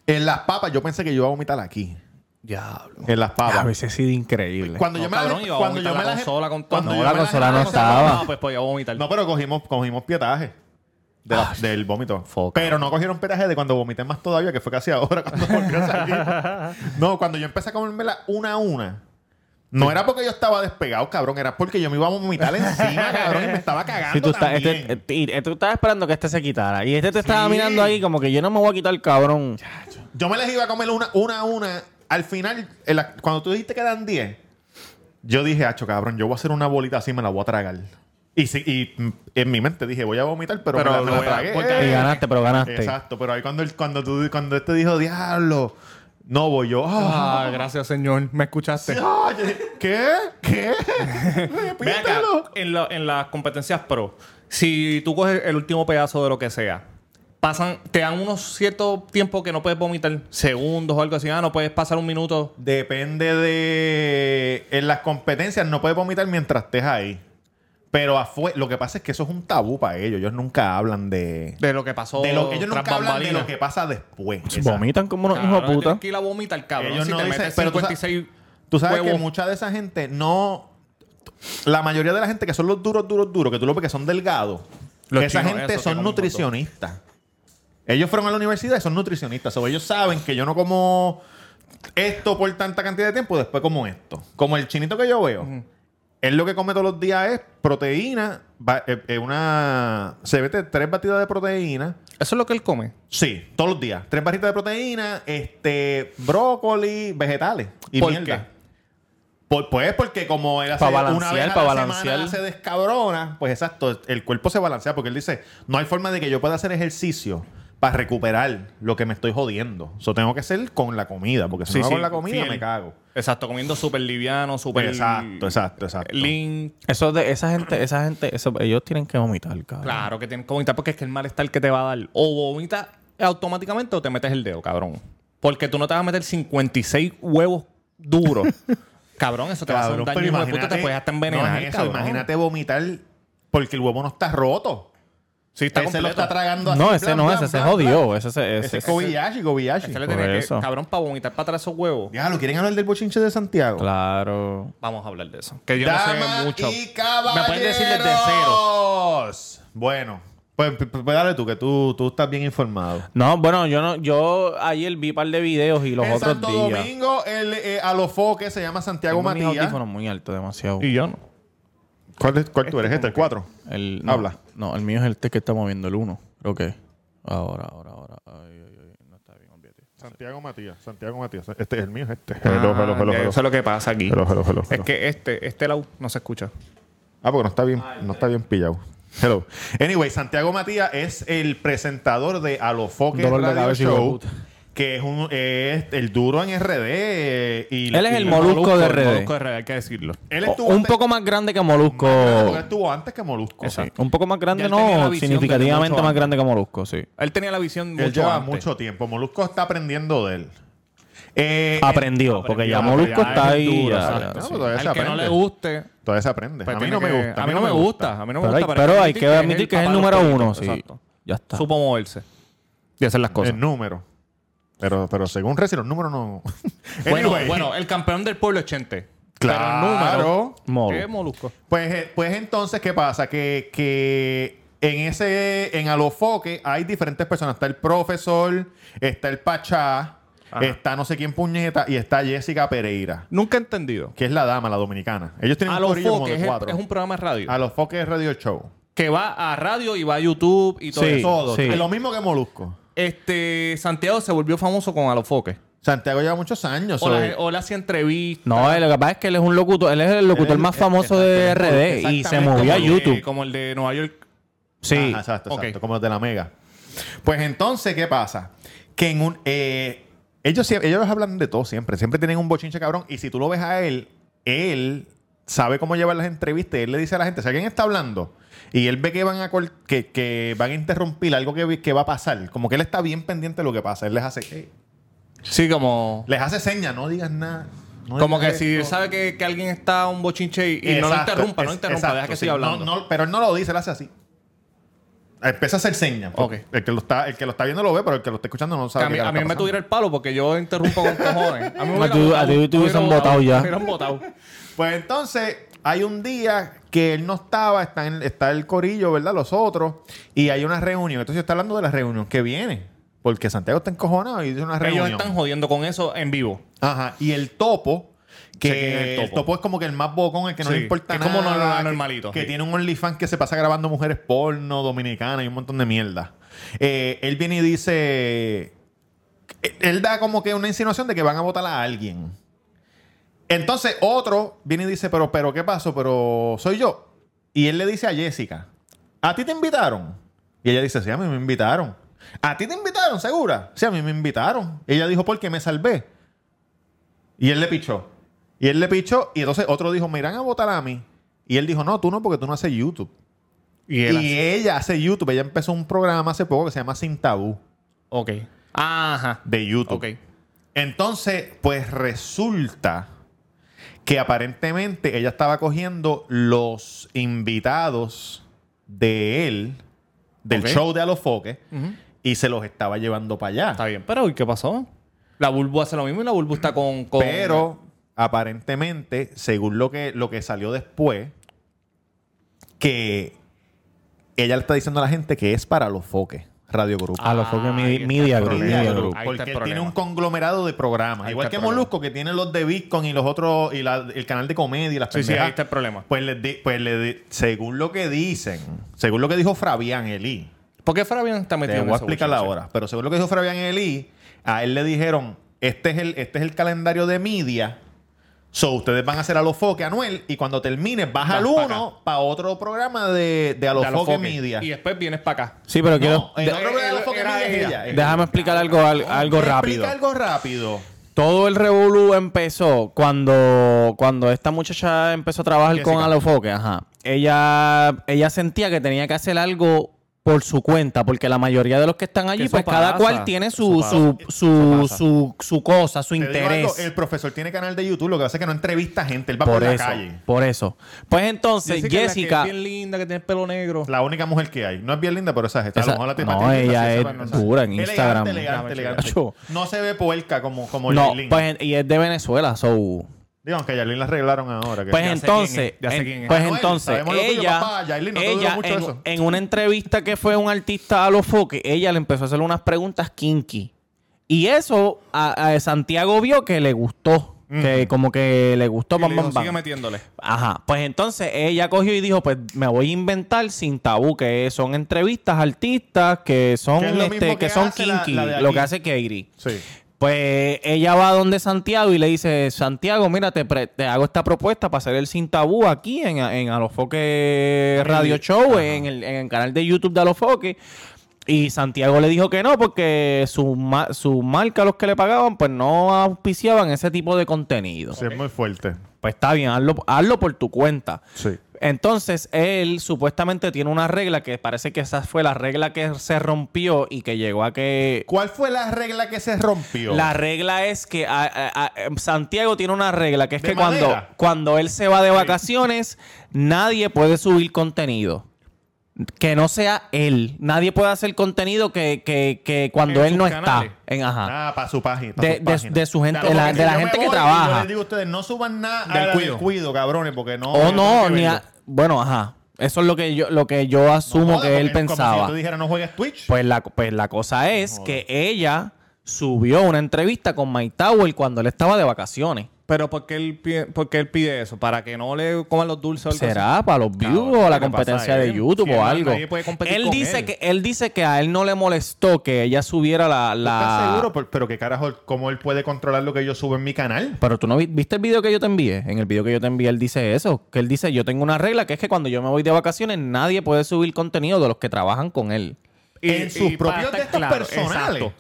En las papas, yo pensé que yo iba a vomitar aquí.
Diablo.
En las papas.
veces ha sido increíble.
Cuando
No,
yo me
cabrón,
la
iba a
cuando
vomitar
yo me
la
la
consola con todo.
cuando
No,
yo
la
me
consola no
la-
estaba.
Ah, pues voy a vomitar.
No, pero cogimos, cogimos pietaje de
Ah,
la- del vómito.
foca.
Pero no cogieron pietaje de cuando vomité más todavía, que fue casi ahora cuando volví a salir. no, cuando yo empecé a comérmela una a una. No era porque yo estaba despegado, cabrón, era porque yo me iba a vomitar encima, cabrón, y me estaba cagando.
Si tú, estás,
también.
este, este- y- tú estabas esperando que este se quitara. Y este te estaba
Sí.
mirando ahí como que yo no me voy a quitar el cabrón.
Yo me las iba a comer una, una a una. Al final, en la- cuando tú dijiste que eran 10, yo dije, hacho, cabrón, yo voy a hacer una bolita así y me la voy a tragar. Y, sí- y mm, en mi mente dije, voy a vomitar, pero,
Pero
me la, me
lo
la
voy a-
tragué.
porque-
Y ganaste, pero ganaste.
Exacto, pero ahí cuando, él- cuando, tú, cuando este dijo, diablo, no voy yo. ah,
Ah, gracias, señor. Me escuchaste.
ah, yo dije, ¿Qué? ¿Qué?
Ven acá,
Repítelo.
en, la- en las competencias pro, si tú coges el último pedazo de lo que sea, pasan, te dan unos ciertos tiempos que no puedes vomitar, segundos o algo así. Ah, no puedes pasar un minuto.
Depende de. En las competencias no puedes vomitar mientras estés ahí. Pero afue- lo que pasa es que eso es un tabú para ellos. Ellos nunca hablan de.
De lo que pasó.
de lo, ellos
tras
nunca hablan de
bambalinas.
lo que pasa después. Exacto.
Vomitan como unos
Cabrón,
hijos de
tienes
puta.
que ir a vomitar, cabrón.
Ellos
si
no
te
dicen-
metes
pero tú sa-
56
Tú sabes que
huevos.
mucha de esa gente no. La mayoría de la gente que son los duros, duros, duros, que tú lo ves que son delgados,
Los
esa
chinos,
gente
esos que
son
comen
nutricionistas. Ellos fueron a la universidad y son nutricionistas. O ellos saben que yo no como esto por tanta cantidad de tiempo, después como esto. Como el chinito que yo veo. Él lo que come todos los días es proteína, va- eh, eh, una... Se vete tres batidas de proteína.
Eso es lo que él come.
Sí, todos los días. Tres barritas de proteína, este, brócoli, vegetales y
¿Por
mierda.
qué?
Por- pues porque como él hace
Pa'
una
balancear,
vez a
pa'
la semana
balancear.
se descabrona, pues exacto, el cuerpo se balancea porque él dice, no hay forma de que yo pueda hacer ejercicio para recuperar lo que me estoy jodiendo. Eso tengo que hacer con la comida, porque si
Sí,
no hago
sí,
con la comida
fiel.
me cago.
Exacto, comiendo súper liviano, súper...
exacto, exacto, exacto.
Lean.
Eso de esa gente, esa gente, eso, ellos tienen que vomitar, cabrón.
Claro que tienes que vomitar porque es que el malestar que te va a dar. O vomitas automáticamente o te metes el dedo, cabrón. Porque tú no te vas a meter 56 huevos duros. cabrón, eso te
Cabrón,
va a hacer un
pero
daño. hijo de puta, te puedes hasta envenenar,
no es eso,
cabrón.
imagínate vomitar porque el huevo no está roto.
Sí, está
ese lo
completo.
está tragando así.
no, ese
blan,
no,
blan,
ese se
blan, blan.
jodió. Ese, se- ese,
Ese es
ese-
Kobayashi, Kobayashi.
Ese le
Por
tenía que-
eso.
cabrón, para vomitar para atrás esos huevos.
Diablo, ¿quieren hablar del bochinche de Santiago?
Claro.
Vamos a hablar de eso. Que yo
Damas
no sé mucho.
y caballeros.
Me pueden decir desde cero.
Bueno, pues, p- p- dale tú, que tú, tú estás bien informado.
No, bueno, yo no, yo ayer vi un par de videos y los
en
otros
Santo
días.
Domingo, el eh, alofoque se llama Santiago
Tengo mis
Matías.
audífonos muy alto, demasiado.
Y yo no.
¿Cuál, es- cuál tú eres? ¿Este? ¿El 4?
El, no,
Habla.
No, el mío es el te que está moviendo el 1. Creo que. Ahora, ahora, ahora. Ay, ay, ay. No está bien, olvídate.
Santiago Matías. Santiago Matías. Este es el mío, es este.
Eso es lo que pasa aquí.
Hello, hello, hello,
Es
hello.
que este, este lado no se escucha.
Ah, porque no está bien, no está bien pillado. Hello. Anyway, Santiago Matías es el presentador de A los Foques
Dolor de
Radio
cabeza, hijo de
Show,
puta.
que es, un, es el duro en RD. eh, Y
Él es
y-
el molusco de
El
RD.
Molusco de RD, hay que decirlo.
Él
O-
estuvo
Un
antes-
poco más grande que Molusco.
Porque él estuvo antes que Molusco.
Sí, Un poco más
Ya
grande,
él tenía la
no,
visión desde
significativamente
mucho
más
antes.
grande que Molusco, sí.
Él tenía la visión
Él
mucho
lleva
antes.
mucho tiempo. Molusco está aprendiendo de él. Eh,
Aprendió, porque ya
aprendió,
Molusco
ya
está
es
ahí.
duro,
ya,
exacto.
ya,
No,
sí.
pues todavía se
Al que no
aprende.
le guste.
Todavía se aprende.
pues
a mí
tiene
no me
que-
gusta.
A mí no me gusta. A mí no me
Pero hay-
gusta.
pero hay que admitir que es el
papá de los
número uno,
políticos,
sí.
exacto.
Ya está.
Supo moverse y hacer las cosas.
El número. Pero, pero según Reci, los números no.
Bueno,
Anyway.
bueno, el campeón del pueblo es Chente.
Claro.
Pero el número es Molusco.
Pues, eh, pues entonces, ¿qué pasa? Que, que en ese, en Alofoque hay diferentes personas. Está el profesor, está el Pachá, está no sé quién puñeta y está Jessica Pereira,
Nunca he entendido.
que es la dama, la dominicana. Ellos tienen
A
un
los
corillo como
foques
de
es,
cuatro.
es un programa de radio.
Alofoque es Radio Show.
Que va a radio y va a YouTube y todo
Sí.
eso.
Todo. Es lo mismo que Molusco.
Este, Santiago se volvió famoso con A los foques.
Santiago lleva muchos años.
O
so-
la- e, o le hacía entrevistas.
No, eh, lo que pasa es que él es un locutor, él es el locutor
Él-
más
eh,
famoso de
exacto,
RD y se
exactamente
movió a
como el de-
YouTube.
Como el de Nueva York.
Sí.
Ajá, exacto,
ok.
exacto, como los de la Mega. Pues entonces, ¿qué pasa? Que en un. eh, ellos, sie- ellos hablan de todo siempre. Siempre tienen un bochinche cabrón. Y si tú lo ves a él, él sabe cómo llevar las entrevistas. Él le dice a la gente: si alguien está hablando y él ve que van a, col- que, que van a interrumpir algo que, vi- que va a pasar, como que él está bien pendiente de lo que pasa. Él les hace. "Ey".
Sí, como...
les hace señas, no digas nada. No
Como que
digas
si
esto.
sabe que, que alguien está un bochinche y, y no lo
Exacto,
interrumpa, no
es-
interrumpa,
exacto,
deja que
sí.
siga hablando.
No, no, pero él no lo dice, él hace así. Empieza a hacer señas. porque
Ok.
El que, lo está, el que lo está viendo lo ve, pero el que lo está escuchando no sabe.
Que a mí,
qué
a
carajo
mí
está
me
pasando.
tuviera el palo porque yo interrumpo con cojones. A mí me
A ti-
hubiera
a ti
botado,
te
me
hubiesen
hubiera
botado ya.
Me hubieran botado.
Pues entonces, hay un día que él no estaba, está, en- está el corillo, ¿verdad? Los otros, y hay una reunión. Entonces, está hablando de la reunión que viene, porque Santiago está encojonado y dice una reunión.
Ellos están jodiendo con eso en vivo.
Ajá, y el topo.
Sé que
Que
es
el
el
topo.
topo
es como que el más bocón, el que no
Sí,
le importa
es
nada.
como no- no-
que-
normalito,
Que,
sí.
tiene un OnlyFans que se pasa grabando mujeres porno, dominicanas y un montón de mierda. Eh, él viene y dice. Él da como que una insinuación de que van a votar a alguien. Entonces otro viene y dice, pero, pero, ¿qué pasó? Pero soy yo. Y él le dice a Jessica, ¿a ti te invitaron? Y ella dice, sí, a mí me invitaron. ¿A ti te invitaron, segura? Sí, a mí me invitaron. Y ella dijo, porque me salvé. Y él le pichó. Y él le pichó. Y entonces otro dijo, me irán a votar a mí. Y él dijo, no, tú no, porque tú no haces YouTube.
Y
Y,
él así.
ella hace YouTube. Ella empezó un programa hace poco que se llama Sin Tabú
Ok. Ajá.
de YouTube.
Ok.
Entonces, pues resulta que aparentemente ella estaba cogiendo los invitados de él, del
Ok.
show de Alofoque, y se los estaba llevando para allá.
Está bien. Pero, ¿y qué pasó? La Bulbu hace lo mismo y la Bulbu está con... con-
Pero aparentemente, según lo que, lo que salió después, que ella le está diciendo a la gente que es para los foques, Radio Grupo.
A los foques
ahí
midi-
está
media
el
group.
problema.
media
Ahí
group.
está el
Porque él tiene
problema.
un conglomerado de programas.
Ahí
Igual
está
que
el problema.
Molusco, que tiene los de Bitcoin y los otros, y la- el canal de comedia y las
Sí, sí,
pendejas.
ahí está el problema.
Pues, les di- pues le di- según lo que dicen, según lo que dijo Fabián Elí,
¿Por qué Fabián está
te
metido en
voy a
ese
explicar
bochinche?
ahora, pero según lo que dijo Fabián Elí, a él le dijeron, este es el, este es el calendario de media, so ustedes van a hacer a los foques anuel y cuando termines vas
Vas
al
pa'
uno para otro programa de, de a los
De los
foques
foques.
media.
Y después vienes para acá.
Sí, pero quiero.
No, eh, el
de-
otro programa de a los foques
era
media es
ella.
ella.
déjame explicar algo, al- algo
Explica
rápido.
algo rápido.
Todo el revolú empezó cuando, cuando esta muchacha empezó a trabajar con
Jessica.
Alofoque, ajá. Ella, ella sentía que tenía que hacer algo por su cuenta, porque la mayoría de los que están allí,
eso
pues cada
pasa.
cual tiene su,
Eso
su, su, su, su cosa, su
Te digo algo,
interés.
el profesor tiene canal de YouTube, lo que hace es que no entrevista gente, él va por,
Por
la
eso,
calle.
por eso. Pues entonces,
Jessica, es la
Jessica...
que es bien linda, que tiene el pelo negro.
La única mujer que hay. No es bien linda, pero esa es esta. A
Esa-
lo mejor la tipa
no,
tiene que
ella
hacer
es
esa persona.
dura en
Elegante,
Instagram.
Elegante, elegante.
Acho.
No se ve puerca como, como
no,
Yailin.
pues, y es de Venezuela, so...
Digo, aunque a Yailin la arreglaron ahora. que-
Pues
Ya sé
entonces,
quién es, ya sé
en-
quién es.
pues
Anuel,
entonces,
Ah, sabemos lo tuyo,
ella,
papá. Yailin, no te duró
ella
mucho eso.
en, en una entrevista que fue un artista a los foques, ella le empezó a hacer unas preguntas kinky. Y eso a, a Santiago vio que le gustó. Que como que le gustó,
Y
bam,
le dijo,
bam, bam.
sigue metiéndole.
Ajá. Pues entonces ella cogió y dijo, pues me voy a inventar sin tabú, que son entrevistas a artistas, que son,
Que es lo
este,
mismo
que
que
son
hace la-
kinky,
la de
lo
aquí.
que hace Kairi.
Sí.
Pues ella va donde Santiago y le dice, Santiago, mira, te, pre- te hago esta propuesta para hacer el Sin Tabú aquí en, en Alofoque Radio Show, en el, en el canal de YouTube de Alofoque. Y Santiago le dijo que no porque su, ma- su marca, los que le pagaban, pues no auspiciaban ese tipo de contenido.
Sí, es muy fuerte.
Pues está bien, hazlo, hazlo por tu cuenta.
Sí.
Entonces, él supuestamente tiene una regla que parece que esa fue la regla que se rompió y que llegó a que
¿Cuál fue la regla que se rompió?
la regla es que a- a- a- Santiago tiene una regla que es
¿De
que cuando,
madera?
cuando él se va de vacaciones, nadie puede subir contenido. Que no sea él. Nadie puede hacer contenido que, que- que cuando
En
él
sus
no
canales.
está. En, ajá.
Ah, para su página. pa'
de,
su
de-
página.
de su gente,
Claro,
de la,
porque
de la
yo me
gente que
voy y Yo
trabaja.
les digo a ustedes, no suban nada
Del
del cuido.
cuido.
cuido, cabrones, porque no.
o
yo tengo
no,
que
ni a-
verlo.
Bueno, ajá. Eso es lo que yo, lo que yo asumo
Joda,
que él
porque es Como si
pensaba.
tú dijeras, no juegues Twitch.
Pues la, pues la cosa es que ella subió una entrevista con Mike Tower cuando él estaba de vacaciones.
Pero ¿por qué, él pide, por qué él pide eso? ¿Para que no le coman los dulces o algo así?
¿Será para los views
Cabrón,
o la
¿qué pasa
competencia
ahí?
de YouTube
Si
o
él-
algo?
nadie puede competir
él
con
dice
él.
que él dice que a él no le molestó que ella subiera la, la-
Ah.
¿Estás seguro? Pero, pero qué carajo, ¿cómo él puede controlar lo que yo subo en mi canal?
Pero tú no vi- viste el video que yo te envié. En el video que yo te envié él dice eso, que él dice, "Yo tengo una regla que es que cuando yo me voy de vacaciones nadie puede subir contenido de los que trabajan con él."
en sus
para
propios
estar
textos personales.
exacto.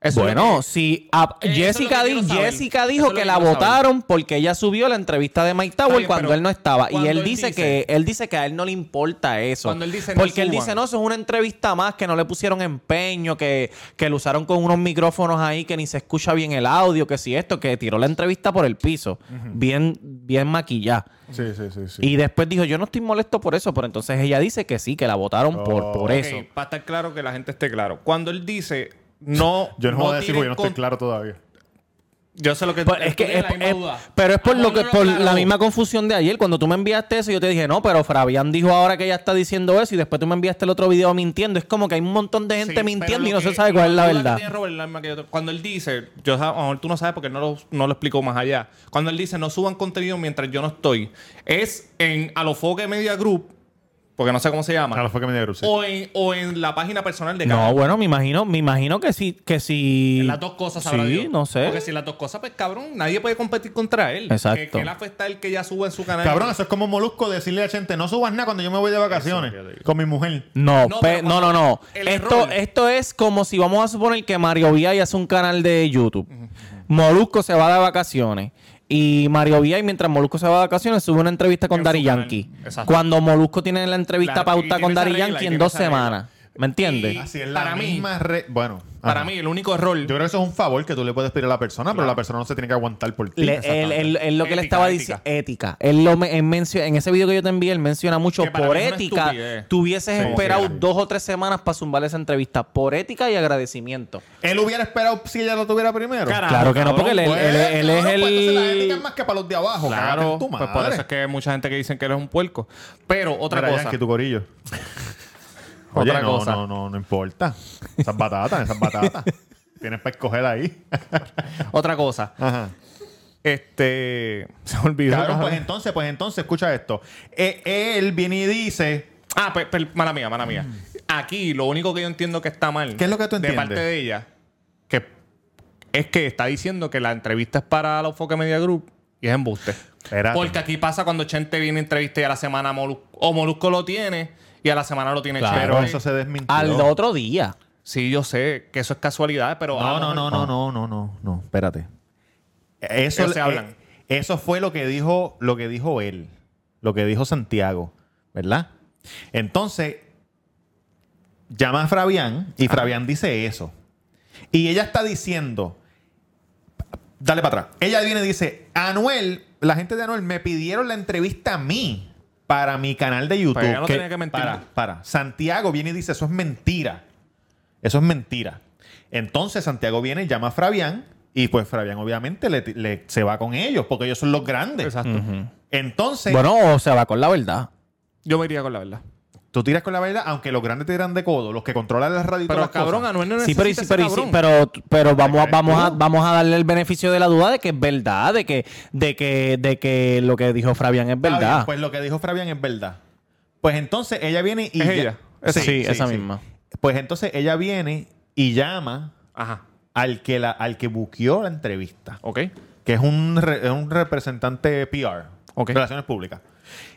Eso es lo
Bueno,
que-
si a-
Eso es lo
Jessica,
que quiero
di-
saber.
Jessica
Eso es
dijo
lo
que
que
la
quiero saber.
votaron porque ella subió la entrevista de Mike Tower
Está bien,
cuando
pero
él no estaba. Y
cuando
él
él
dice,
dice-
que él dice que a él no le importa eso.
Cuando él dice, "No
porque él
suban".
dice, no, eso es una entrevista más que no le pusieron empeño, que, que lo usaron con unos micrófonos ahí que ni se escucha bien el audio, que si esto, que tiró la entrevista por el piso. Bien, bien maquillada.
Sí, sí, sí. sí.
Y después dijo, yo no estoy molesto por eso, pero entonces ella dice que sí, que la votaron por, por
Oh, Ok,
eso.
para estar claro que la gente esté claro. Cuando él dice no.
Yo no, voy a decir porque yo
tienen
no estoy
con-
claro todavía.
Yo sé lo que
Pero Pues es que
tenía
es-
la misma
es-
duda.
pero es por
Ah,
lo
no,
que
no,
por
claro.
la misma confusión de ayer cuando tú me enviaste eso yo te dije no pero Fabián dijo ahora que ella está diciendo eso y después tú me enviaste el otro video mintiendo es como que hay un montón de gente
Sí, pero
mintiendo y
lo
no se
que-
sabe cuál es la
duda que
verdad
tiene Robert es la misma que yo tengo. Cuando él dice, yo, sab- a lo mejor tú no sabes porque no lo, no lo explico más allá. Cuando él dice, no suban contenido mientras yo no estoy, es en Alofoque Media Group, porque no sé cómo se llama,
A la foca media group, sí.
o, en, o en la página personal de cada
no bueno me imagino me imagino que sí que sí
En las dos cosas, sabrá
sí
Dios.
no sé
Porque si las dos cosas, pues cabrón, nadie puede competir contra él.
Exacto.
Que, que él afecta el que ya suba en su canal.
Cabrón, eso es como molusco decirle a gente, no subas nada cuando yo me voy de vacaciones
Eso, fíjate.
con mi mujer.
No,
No,
pe-
pero
no, no,
cuando-
no.
el
Esto,
error.
esto es como si vamos a suponer que Mario Viay hace un canal de YouTube. Molusco se va de vacaciones. Y Mario Viay, mientras Molusco se va de vacaciones, sube una entrevista con
En
Dari
su canal.
Yankee.
Exacto.
Cuando Molusco tiene la entrevista
Claro, y
pauta
tiene
con
esa
Dari
regla, y
Yankee en
tiene
dos
esa regla.
semanas. ¿Me entiendes?
Y-
Así es la
para mí-
misma re- Bueno.
Para
ajá.
mí, el único error.
Yo creo que eso es un favor que tú le puedes pedir a la persona, pero la persona no se tiene que aguantar por ti.
Le- él,
Exactamente.
él- él lo que le
Ética,
estaba
ética.
diciendo ética él lo me- él mencio- en ese video que yo te envié él menciona mucho
Que para
por
mí es una
ética
estupidez.
tú hubieses
Sí,
esperado
sí, sí.
dos o tres semanas para zumbar esa entrevista por ética y agradecimiento Ah,
Él hubiera esperado si ella lo tuviera primero.
Carajo,
Claro que no, porque él,
cabrón,
él- él- él es
Cabrón, pues, entonces la ética
el.
es más que para los de abajo. cágate en
Claro,
tu
pues
madre.
por eso es que hay mucha gente que dicen que eres un puerco. Pero otra
Mira,
cosa.
Yankee, tu corillo. Oye,
Otra
no,
cosa.
no, no, no importa. Esas batatas, esas batatas. Tienes para escoger ahí.
Otra cosa.
Ajá.
Este. Se me olvidó.
Cabrón,
cabrón.
pues entonces, pues entonces, escucha esto. Eh, él viene y dice,
Ah, per- per- mala mía, mala mía. Aquí lo único que yo entiendo que está mal.
¿Qué es lo que tú
De
entiendes?
parte de ella, que es que está diciendo que la entrevista es para la Foca Media Group y es embuste.
Espérate.
Porque aquí pasa cuando Chente viene a entrevista y a la semana Molusco, o Molusco lo tiene y a la semana lo tiene Chente.
pero eso se desmintió.
Al otro día.
Sí, yo sé que eso es casualidad, pero.
Ah, No, no, no, no, no, no, no, no, espérate. Eso,
Ellos se
eh,
hablan.
eso fue lo que dijo, lo que dijo él, lo que dijo Santiago, ¿verdad? Entonces, llama a Fabián y Fabián dice eso. Y ella está diciendo, dale para atrás. Ella viene y dice, Anuel, la gente de Anuel me pidieron la entrevista a mí para mi canal de YouTube.
Pero ella no tenía que mentir.
Para, para. Santiago viene y dice, eso es mentira. Eso es mentira. Entonces Santiago viene, llama a Fabián y pues Fabián obviamente le, le- se va con ellos porque ellos son los grandes.
Exacto.
eh,
Entonces,
Bueno, o se va con la verdad.
Yo me iría con la verdad.
tú tiras con la verdad, aunque los grandes te tiran de codo, los que controlan las radio y
Pero
todas las
cabrón,
cosas.
Anuel no
Sí, pero, y-
necesita
pero, y-
ese cabrón.
pero, pero vamos, a-
crees
vamos, a,
tú?
vamos a darle el beneficio de la duda de que es verdad, de que, de que, de que lo que dijo Fabián es
Está bien,
verdad.
pues lo que dijo Fabián es verdad. Pues entonces ella viene y...
¿Es
ya-
ella?
Esa- sí, esa misma.
Pues entonces ella viene y llama
Ajá.
al que, la, al que buqueó la entrevista.
Ok.
que es un, re- es un representante PR,
Ok.
Relaciones Públicas,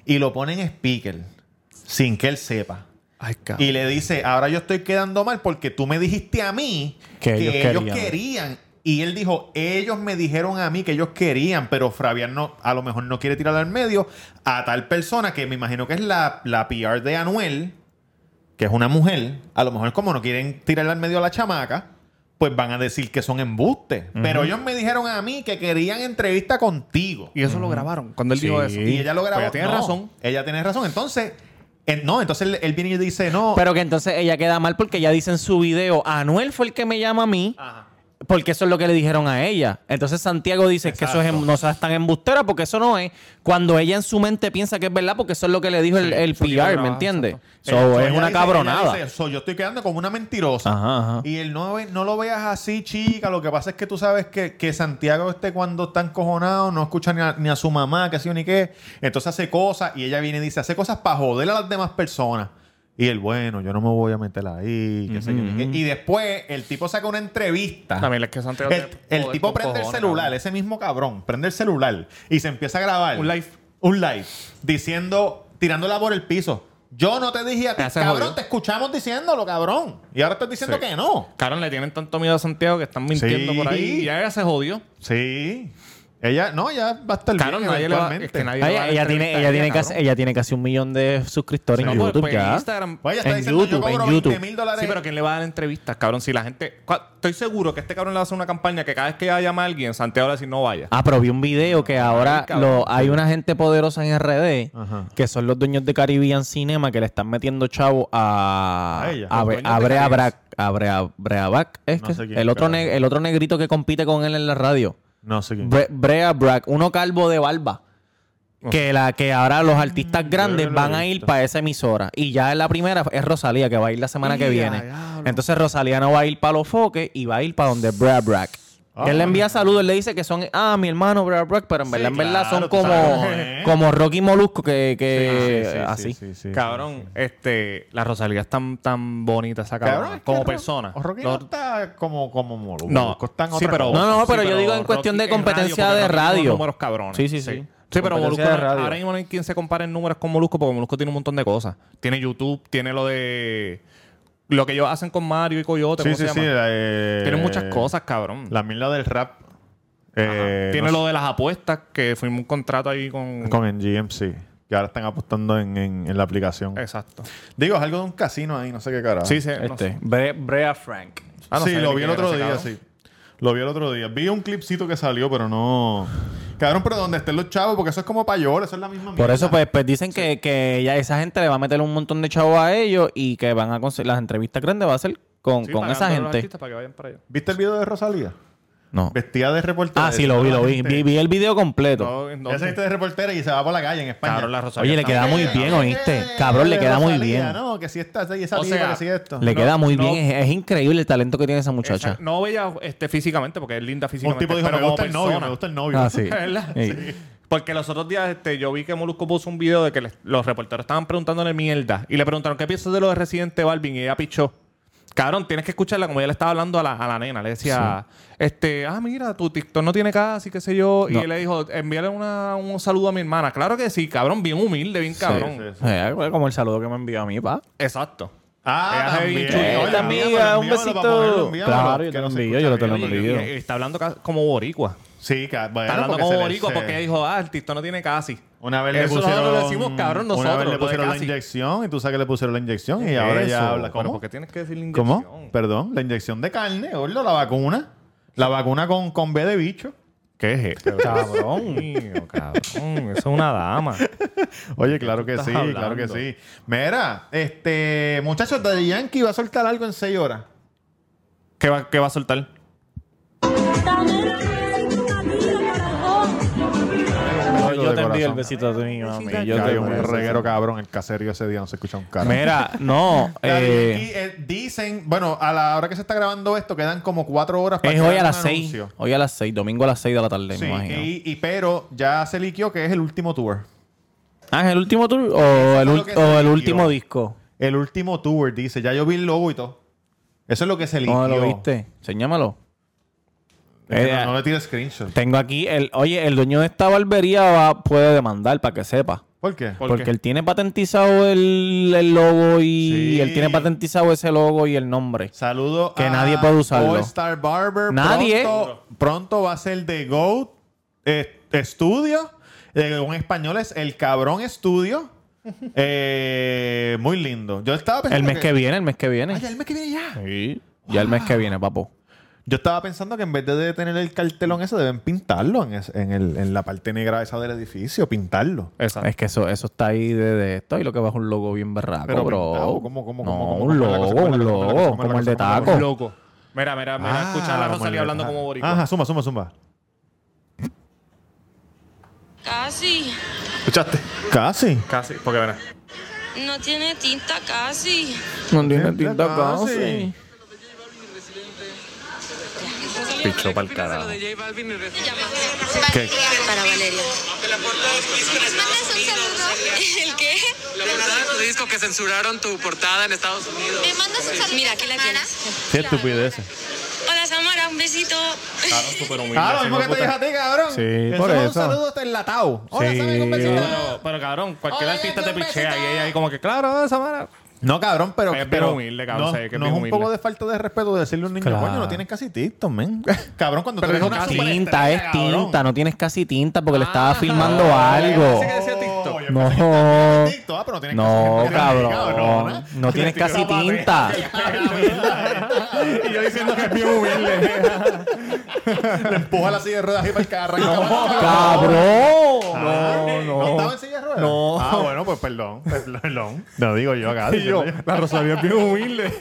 y lo pone en speaker sin que él sepa.
Ay, cabrón.
Y le dice, ahora yo estoy quedando mal porque tú me dijiste a mí
Que
que,
ellos
ellos,
querían.
querían. Y él dijo, ellos me dijeron a mí que ellos querían, pero Fabián no, a lo mejor no quiere tirar al medio a tal persona que me imagino que es la, la PR de Anuel, que es una mujer. A lo mejor como no quieren tirar al medio a la chamaca, pues van a decir que son embustes. Pero ellos me dijeron a mí que querían entrevista contigo.
Y eso lo grabaron cuando él dijo eso.
Y ella lo grabó.
Pues ella tiene
No,
razón.
Ella tiene razón. Entonces, él- no, entonces él, él viene y dice, no.
Pero que entonces ella queda mal porque ella dice en su video, Anuel fue el que me llama a mí. Porque eso es lo que le dijeron a ella. Entonces Santiago dice que eso es, em- no seas tan embustera porque eso no es. Cuando ella en su mente piensa que es verdad porque eso es lo que le dijo el, el
eso es lo que
PR, ¿me
trabaja,
entiendes?
exacto.
Ella-
So,
ella
es una
dice-
cabronada.
ella dice, "So, yo estoy quedando como una mentirosa.
Ajá, ajá.
Y él no, ve- no lo veas así, chica. Lo que pasa es que tú sabes que, que Santiago este cuando está encojonado no escucha ni a, ni a su mamá, que sí o ni qué. Entonces hace cosas y ella viene y dice, hace cosas para joder a las demás personas. Y él, bueno, yo no me voy a meter ahí, qué sé yo ni qué". Y después el tipo saca una entrevista.
También es que Santiago
El,
tiene
el
poder
tipo
con
prende el
cojones,
celular,
cabrón.
ese mismo cabrón, prende el celular y se empieza a grabar.
Un live.
Un live. Diciendo, tirándola por el piso. Yo no te dije a ti,
Ya Ah, se
cabrón,
jodió.
te escuchamos diciéndolo, cabrón. Y ahora estás diciendo
Sí.
que no.
Cabrón, le tienen tanto miedo a Santiago que están mintiendo
Sí.
por ahí. Y ya ella se jodió.
Sí. Ella, no, ya va a estar
Cabrón,
bien
nadie le va, es
eventualmente.
que nadie le va
Ella,
a
ella tiene, ella, tiene
entrevistar,
casi,
cabrón.
ella tiene casi un millón de suscriptores
No,
en
pues,
YouTube
pues,
ya.
en Instagram.
Pues ella está
en
diciendo,
YouTube,
yo
en
cobro
YouTube.
20 mil dólares.
Sí, pero ¿quién le va a dar entrevistas, cabrón? Si la gente... cua- Estoy seguro que este cabrón le va a hacer una campaña que cada vez que llama a alguien, Santiago le va a decir no vaya.
Ah, pero vi un video que ahora lo, hay una gente poderosa en RD que son los dueños de Caribbean Cinema que le están metiendo chavo a
A ella.
a,
Los
Bre-
dueños
a
de
Brea
Caribbean.
Brac- a Brea- Brea Brac, es
No
que-
sé quién,
el otro
pero-
ne- el otro negrito que compite con él en la radio.
No sé quién.
Bre- Brea Brac, uno calvo de barba. Que, la, que ahora los artistas grandes
lo
van
he
a ir
visto.
para esa emisora. Y ya en la primera es Rosalía, que va a ir la semana que viene. Entonces Rosalía no va a ir para los foques y va a ir para donde Brad Brack.
Ah.
él le envía saludos, él le dice que son, ah, mi hermano Brad Brack, pero en verdad, en verdad
claro,
son
tú
como,
sabes.
como Rocky Molusco, que, que así.
Cabrón, este, la Rosalía es tan, tan bonita esa cabrón,
Cabrón, es que
como
Ro-
persona.
Rocky no
Los-
está como, como Molusco.
No,
Molusco está en
sí,
otra
pero-
cosa.
No, no, pero
Sí,
yo
pero
digo en
Rocky
cuestión de
en
competencia
radio,
de
porque Rocky tiene
radio.
unos números cabrones.
Sí, sí, sí.
Sí, pero Molusco,
Competencia de
no-
radio.
ahora mismo no hay quien se compare en números con Molusco porque Molusco tiene un montón de cosas. Tiene YouTube, tiene lo de... Lo que ellos hacen con Mario y Coyote,
Sí,
¿cómo
sí,
se
sí.
llama?
la, eh,
Tiene muchas cosas, cabrón.
La mierda del rap.
Ajá.
Eh,
tiene
no
lo de las apuestas, que firmó un contrato ahí con...
sé, Con el GMC. Que ahora están apostando en, en- en la aplicación.
Exacto.
Digo, es algo de un casino ahí, no sé qué carajo.
Sí, sí. no sé.
Este, Bre- Brea Frank.
Ah, no
sí,
sé
lo
de
vi el
quién
otro
era ese
día,
cabrón.
sí. Lo vi el otro día. Vi un clipcito que salió, pero no. Cabrón, pero donde estén los chavos, porque eso es como payol, eso es la misma
Por
mierda.
eso, pues, pues dicen que, que ya esa gente le va a meter un montón de chavos a ellos y que van a conseguir las entrevistas grandes va a ser con,
Sí,
con esa
pagándole a los
gente.
artistas para que vayan para allá.
¿Viste el video de Rosalía?
No.
Vestida de reportera.
Ah, sí, lo vi, lo vi. Vi, vi el video completo.
No, ¿en
Ella se
dónde?
viste de reportera y se va por la calle en España. Eh,
Cabrón, la Rosalía
Oye, le
está
queda
muy-
muy bien, ¿oíste? Cabrón, le queda muy bien.
No, que si está ahí esa
O
liga,
sea,
que si esto.
Le
No,
queda muy
no.
bien. Es, es increíble el talento que tiene esa muchacha.
Esa- no bella este, físicamente, porque es linda
Un
físicamente.
tipo dijo,
pero
me
como
gusta el novio,
persona.
me gusta el novio.
Ah, sí.
¿Verdad?
Sí.
Porque los otros días este, yo vi que Molusco puso un video de que les- los reporteros estaban preguntándole mierda. Y le preguntaron, ¿qué piensas de lo de Residente Balvin? Y ella pichó. Cabrón, tienes que escucharla como ella le estaba hablando a la, a la nena. Le decía, este, ah, mira, tu TikTok no tiene casi, qué sé yo. Y
No.
él le dijo, envíale una- un saludo a mi hermana. Claro que sí, cabrón, bien humilde, bien cabrón.
sí,
Eh, bueno, como el saludo que me envió a mí, pa.
Exacto.
Ah,
Ella se ve
también.
bien chula.
Oye,
Esta
envíamelo,
amiga, un
envíamelo
besito.
para ponerlo, envíamelo,
Claro, yo
que
te lo
no se
envío,
escucha
yo te lo
bien.
envío.
Y- y- y está hablando ca- como boricua.
Sí, ca- bueno,
Está hablando
porque
como
se le-
boricua
se-
porque ella dijo, ah, el TikTok no tiene casi.
Una vez le
Eso
pusieron.
nosotros lo decimos, cabrón,
Una vez
nosotros,
le
lo de
pusieron la
casi.
inyección y tú sabes que le pusieron la inyección y ahora ya habla.
¿Cómo?
¿Cómo?
porque tienes que decir
¿Cómo?
inyección?
Perdón, la inyección de carne, gordo, la vacuna. La vacuna con, con B de bicho.
¿Qué es esto? Cabrón. mío, cabrón. Eso es una dama.
Oye, claro que
estás
sí, claro que
hablando?
sí. Mira, este, muchachos, de Yankee va a soltar algo en 6 horas.
¿Qué va, qué va a soltar?
Besito de
yo te envío el besito
corazón.
de mi mami.
Ay,
Yo te
cabrón, un reguero cabrón, el caserío ese día no se escucha un carajo.
Mira, no.
La de
eh,
Yankee, eh, dicen, bueno, a la hora que se está grabando esto quedan como 4 horas
es
que
hoy a
hagan
las
un
6.
anuncio.
Hoy a las 6, domingo a las 6 de la tarde, me
Sí,
imagino.
y, y- pero ya se liquió que es el último tour.
Ah, ¿es el último tour o el,
lo
ul-
que se
o el
vendió.
último disco?
El último tour, dice. Ya yo vi el logo y todo. Eso es lo que se
¿No
liquió.
lo viste? Enséñamelo.
Es que
Eh,
no, no le tires screenshot.
Tengo aquí el... Oye, el dueño de esta barbería va- puede demandar, para que sepa.
¿Por qué?
¿Por
Porque
qué?
él tiene patentizado el, el logo y
Sí.
él tiene patentizado ese logo y el nombre.
Saludo
Que
a
nadie puede usarlo.
All Star Barber.
Nadie.
Pronto, pronto va a ser de Goat eh, Studio. Eh, un español es El Cabrón Studio. Eh, muy lindo. Yo estaba
El
pensando
mes que viene, el mes que viene.
Ay, el mes que viene ya.
Sí. Ya el mes que viene, papo.
Yo estaba pensando que en vez de tener el cartelón ese, deben pintarlo en, es- en el- en la parte negra esa del edificio, pintarlo.
Exacto.
Es que eso, eso está ahí de, de esto y lo que va es un logo bien berraco,
Pero
bro.
pintado, ¿cómo, cómo,
no,
cómo, cómo,
un
cómo es la
logo,
cosa, cómo es
un
la cosa, cómo es la cosa,
logo,
cómo es
como el de
la cosa, cómo es la cosa?
taco.
Loco. Mira, mira, mira, escucha a la Rosalía hablando como boricua.
Ah, Ajá, suma, suma, suma.
Casi.
¿Escuchaste?
Casi.
Casi, porque verás.
No tiene tinta casi.
No tiene
Casi.
tinta
Ah,
casi.
Pichó para el carajo.
¿Qué? Para Valeria. ¿Mandas un saludo? ¿El qué? La portada de tu disco que censuraron tu portada en Estados Unidos. ¿Me mandas un saludo? Mira, aquí la tienes.
Qué estupidez.
Hola, Samara. Hola, un besito.
Claro, súper humilde.
Claro,
sí,
mismo que
hijo
te
de
dije a
puta.
ti, cabrón.
Sí,
Eso
por
es Un
eso.
saludo hasta enlatado. Hola,
Sí.
¿sabes? Un besito.
Pero, pero, cabrón, cualquier
Hola,
artista te
dame un
pichea y
besito.
ella ahí como que, claro, esa mala.
No, cabrón, pero.
Es bien
pero-
humilde, cabrón,
No,
sé que es
no
bien
es un
humilde.
poco de falta de respeto de decirle a un niño,
Claro.
coño, no tienes casi tinto, men. Cabrón, cuando
Pero
tú eres
dijo
una
casi.
Tinta, es
superestrella, cabrón. Ah,
tinta. No tienes casi tinta porque le estaba filmando
Yo
algo.
pensé que decía TikTok.
Yo pensé que
No.
era tinto, ah, pero no tienes
No,
casi tinta,
cabrón.
cabrona.
No tienes casi tinta.
Y yo diciendo que es bien humilde.
Le empuja la silla de ruedas ahí para el carro.
¡Cabrón!
No, no. ¿No estaba en silla de ruedas? No. Ah, bueno, pues perdón. Perdón. No digo yo acá.
Y yo,
diciendo yo.
la Rosalía es bien humilde.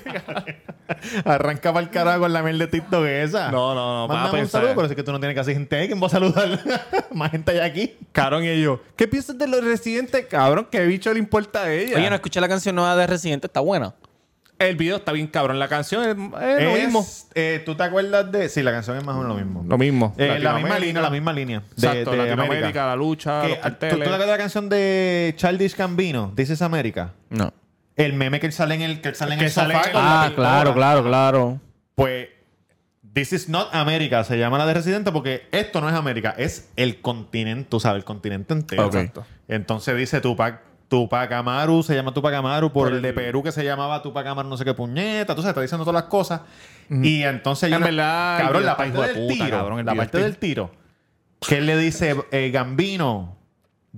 Arranca para el carajo con la mierda de TikTok esa.
No, no, no,
Mándame
papi,
un saludo,
¿sabes?
pero es que tú no tienes casi gente ahí. ¿Quién va a saludar? Más gente allá aquí.
Cabrón, y yo, ¿qué piensas de los residentes, cabrón? ¿Qué bicho le importa a ella?
Oye, no escuché la canción nueva de Residente, está buena.
El video está bien cabrón, la canción es, es lo
Es,
mismo.
eh, ¿Tú te acuerdas de...? Sí, la canción es más o menos lo mismo.
Lo mismo.
Eh, la misma
Latinoamérica.
línea, la misma línea. De,
Exacto,
de
Latinoamérica,
América.
la lucha,
Que, ah, ¿tú, tú
los
te
carteles.
acuerdas de la canción de Childish Gambino? This is America.
No.
El meme que él sale en el, que él sale en
Que
el
sale
sofá.
en-
con la
Ah,
pintora.
claro, claro, claro.
Pues, This is not America se llama la de Residente porque esto no es América, es el continente, tú sabes, el continente entero.
Ok. Exacto.
Entonces dice Tupac, Tupac Amaru, se llama Tupac Amaru por, el de Perú que se llamaba Tupac Amaru no sé qué puñeta, tú sabes, está diciendo todas las cosas. Y entonces... hay
En
una-
verdad, el
Cabrón,
video
la
está
parte
hijo de
del
puta,
tiro,
cabrón, el
la
video
parte
está-
del tiro. Que él le dice, eh, Gambino,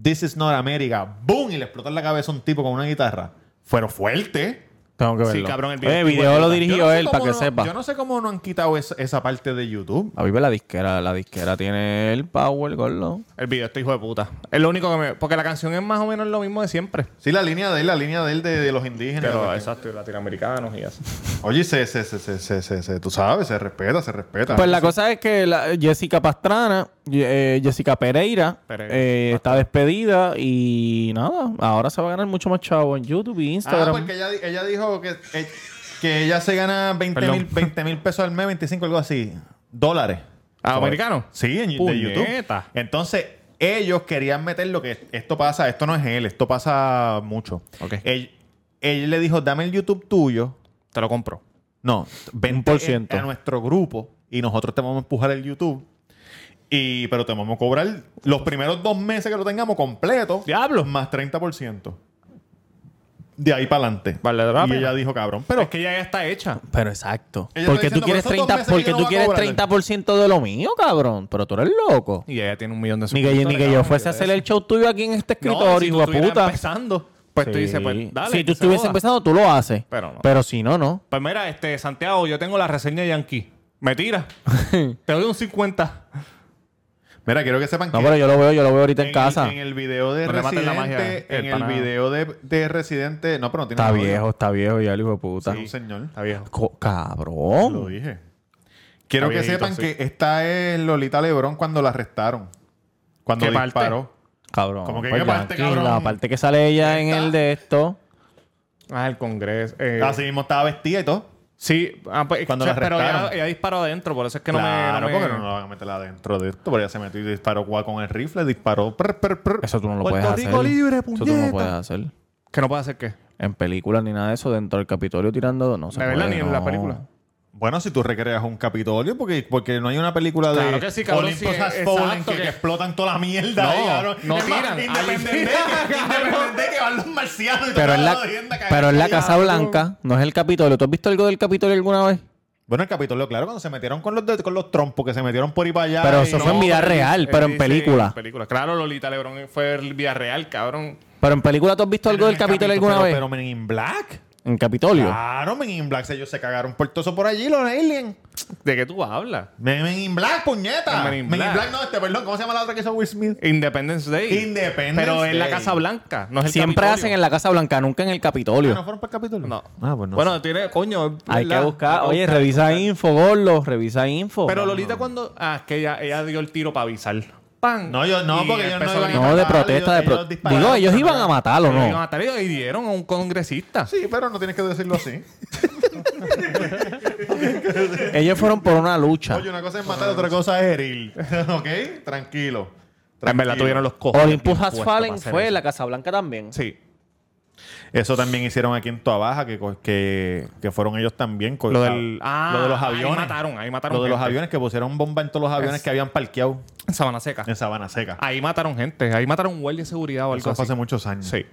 This is not America. ¡Boom! Y le explota en la cabeza a un tipo con una guitarra. Fueron fuertes.
Tengo que verlo.
Sí, cabrón, el
Oye,
video.
el
estuvo
video lo
Yo
brutal.
dirigió
no sé
él
cómo
para que
no- Yo
sepa.
no sé cómo no han quitado es- esa parte de YouTube.
A vive la disquera, la disquera tiene el power, gordo.
El video está hijo de puta. Es lo único que me... Porque la canción es más o menos lo mismo de siempre.
Sí, la línea de él, la línea de él de, de los indígenas.
Pero
Porque-
exacto, y latinoamericanos y eso.
Oye, se, se, se, se, se, se, se- tú sabes, se respeta, se respeta.
Pues la cosa es que la- Jessica Pastrana, Ye- eh, Jessica Pereira,
Pereira,
eh, está despedida y nada, ahora se va a ganar mucho más chavo en YouTube y
Ah,
Instagram.
pues
porque ella, di- ella dijo que, eh, que ella se gana 20
Perdón.
mil 20 mil pesos al mes, 25, algo así. Dólares.
¿Ah,
Sobre-
americano?
Sí, en, de
Puñeta.
YouTube. Entonces, ellos querían meter lo que esto pasa. Esto no es él, esto pasa mucho.
Ok.
Él, él le dijo, dame el YouTube tuyo.
Te lo compro.
No, 20%
1%.
a nuestro grupo y nosotros te vamos a empujar el YouTube. Y, pero te vamos a cobrar los primeros dos meses que lo tengamos completo.
Diablo.
Más 30%. De ahí para adelante.
Vale, la
y
pena.
ella dijo, cabrón.
Pero
Pero
es que ella ya está hecha.
Pero exacto.
Ella
Porque
está
tú
diciendo,
quieres
por esos
30,
dos meses
porque
yo no
tú
voy a
quieres
cobrarle.
30% de lo mío, cabrón. Pero tú eres loco.
Y ella tiene un millón de
Ni que, yo- ni
suscriptores,
que yo
cabrón,
fuese a
de
hacer
eso.
el show tuyo aquí en este
No, si
escritorio,
tú
hijo de
estuvieras
puta.
empezando, pues tú
Sí.
dices, pues dale.
si tú
que se
estuvieses
joda.
empezando, tú lo haces.
Pero no.
Pero si no, no.
Pues mira, este, Santiago, yo tengo la reseña de Yankee. Me tira. Te doy un 50.
Mira, quiero que sepan
No,
que
pero yo lo veo, yo lo veo ahorita
en,
en, casa.
El, en el video de
No le mates
Residente.
la magia, el
en el
pana.
video de, de Residente. No, pero no tiene
está
novio.
viejo, está viejo ya el hijo de puta.
Sí, señor.
Está viejo.
Co-
Lo
cabrón.
dije. Quiero
Está
que
viejito,
sepan
sí.
que esta es Lolita Lebrón cuando la arrestaron. Cuando
¿Qué parte?
disparó.
Cabrón.
Como que
Pues
qué parte,
Yankee,
cabrón.
La parte que sale ella en
Está.
el de esto.
Ah, el Congreso. eh,
Así mismo estaba vestida y todo.
Sí, ah, pues,
Cuando
che,
la
pero ella,
arrestaron.
ella disparó adentro, por eso es que no me-
claro,
no me.
porque no lo van a meter adentro de esto. Porque ya se metió y disparó guau, con el rifle, disparó. prr, prr, prr.
Eso tú no lo
Puerto
puedes
Rico
hacer.
libre,
eso
puñeta.
tú no puedes hacer.
Que no puede hacer qué.
En películas ni nada de eso, dentro del Capitolio tirando. No se
De verdad,
puede,
ni en la
no.
película.
Bueno, si tú recreas un Capitolio, porque, porque no hay una película de
Claro que sí, cabrón,
Olympus
sí,
Has
exacto,
Fallen que,
que-
que explotan toda la mierda.
No,
ahí, cabrón.
no
Es más,
tiran.
Independence
Ahí-
Day, Independence Day que van los marcianos y
Pero
toda
es la,
jodienda que
pero
hay
es la
ahí.
Casa Blanca, no es el Capitolio. ¿Tú has visto algo del Capitolio alguna vez?
Bueno, el Capitolio, claro, cuando se metieron con los, de- con los trompos que se metieron por ahí para allá.
Pero
y
eso
no-
fue en vida
pero él-
real,
él
pero en
dice
película.
en película. Claro, Lolita Lebrón fue el vida real, cabrón.
Pero en película tú has visto algo del Capitolio
Capito-
alguna
pero-
vez.
Pero Men in Black.
en Capitolio.
Ah,
Claro, Men in Black. Ellos se cagaron por todo eso por allí, los aliens.
¿De qué tú hablas?
Men Men in Black, puñeta.
Men
Men
in
in
Black.
Black, no, este, perdón. ¿Cómo se llama la otra que hizo Will Smith?
Independence Day.
Independence
Pero es la
Day.
Casa Blanca, no es el
Siempre
Capitolio.
hacen en la Casa Blanca, nunca en el
Ah,
Capitolio.
¿No fueron para el capítulo?
No.
Ah, bueno.
Bueno, tiene, coño. es
Hay que
verdad.
buscar.
Hay que
Oye,
buscar.
revisa info, gordo. Revisa info.
Pero
Vamos.
Lolita cuando... Ah, es que ella, ella dio el tiro para avisar. ¡Pam!
No, yo no,
Y
porque ellos no
empezó
iban
a
a
gritar.
No, de
Ellos-
protesta. de
ellos
pro-
dispararon,
Digo, ellos
pero
iban
no-
a matar o
Pero iban
no.
a tarea y dieron a un congresista.
Sí, pero no tienes que decirlo así.
Ellos fueron por una lucha.
Oye, una cosa es matar, otra cosa es herir. ¿Ok? Tranquilo.
En verdad
Tranquilo.
tuvieron los cojones.
Olympus
bien
Has
puestos para
Fallen
hacer
fue
eso.
la Casa Blanca también.
Sí.
Eso también hicieron aquí en Toa Baja, que, co- que, que fueron ellos también. co-
Lo del- ah,
lo de los
ahí
aviones.
mataron, ahí mataron
Lo de los
gente.
aviones, que pusieron bomba en todos los aviones
Es- Ah,
que habían parqueado
En Sabana Seca.
en Sabana Seca.
Ahí mataron gente. Ahí mataron un guardia de seguridad o algo
Eso fue
así.
hace muchos años.
Sí.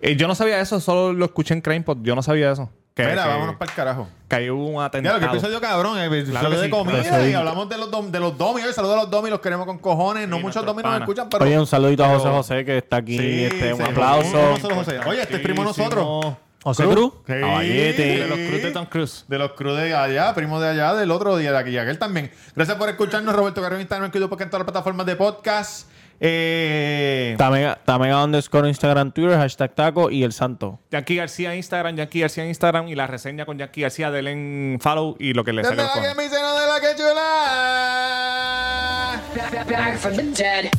Eh, yo no sabía eso, solo lo escuché en Cranepod. Yo no sabía eso. Que,
Mira,
que-
vámonos para el carajo.
que hay un
Ya,
atentado.
lo que episodio cabrón, eh, episodio
que
de
sí.
comida
Pero soy-
y hablamos de los, dom- de los domis. Oye, Saludos a los domis, los queremos con cojones. No
Sí,
muchos
nuestros
domis nos
panas.
escuchan, pero.
Oye, un saludito a José José que está aquí.
Sí,
este, un
sí,
aplauso.
José, José. Oye, este es primo de nosotros.
¿José Cruz?
Sí.
Caballete.
De
De los Cruz de Tom Cruise.
De los Cruz de allá, primo de allá, del otro día, de aquí, y aquel también. Gracias por escucharnos, Roberto Carrón, Instagram, que porque en todas las plataformas de podcast. Eh,
Tamega, Tamega underscore Instagram, Twitter, hashtag taco y el santo.
Yankee García en Instagram, Yankee García en Instagram y la reseña con Yankee García, denle en follow y lo que le
desde
salga.
la
los cojones.
que me hicieron de la que chula.
Back from the dead.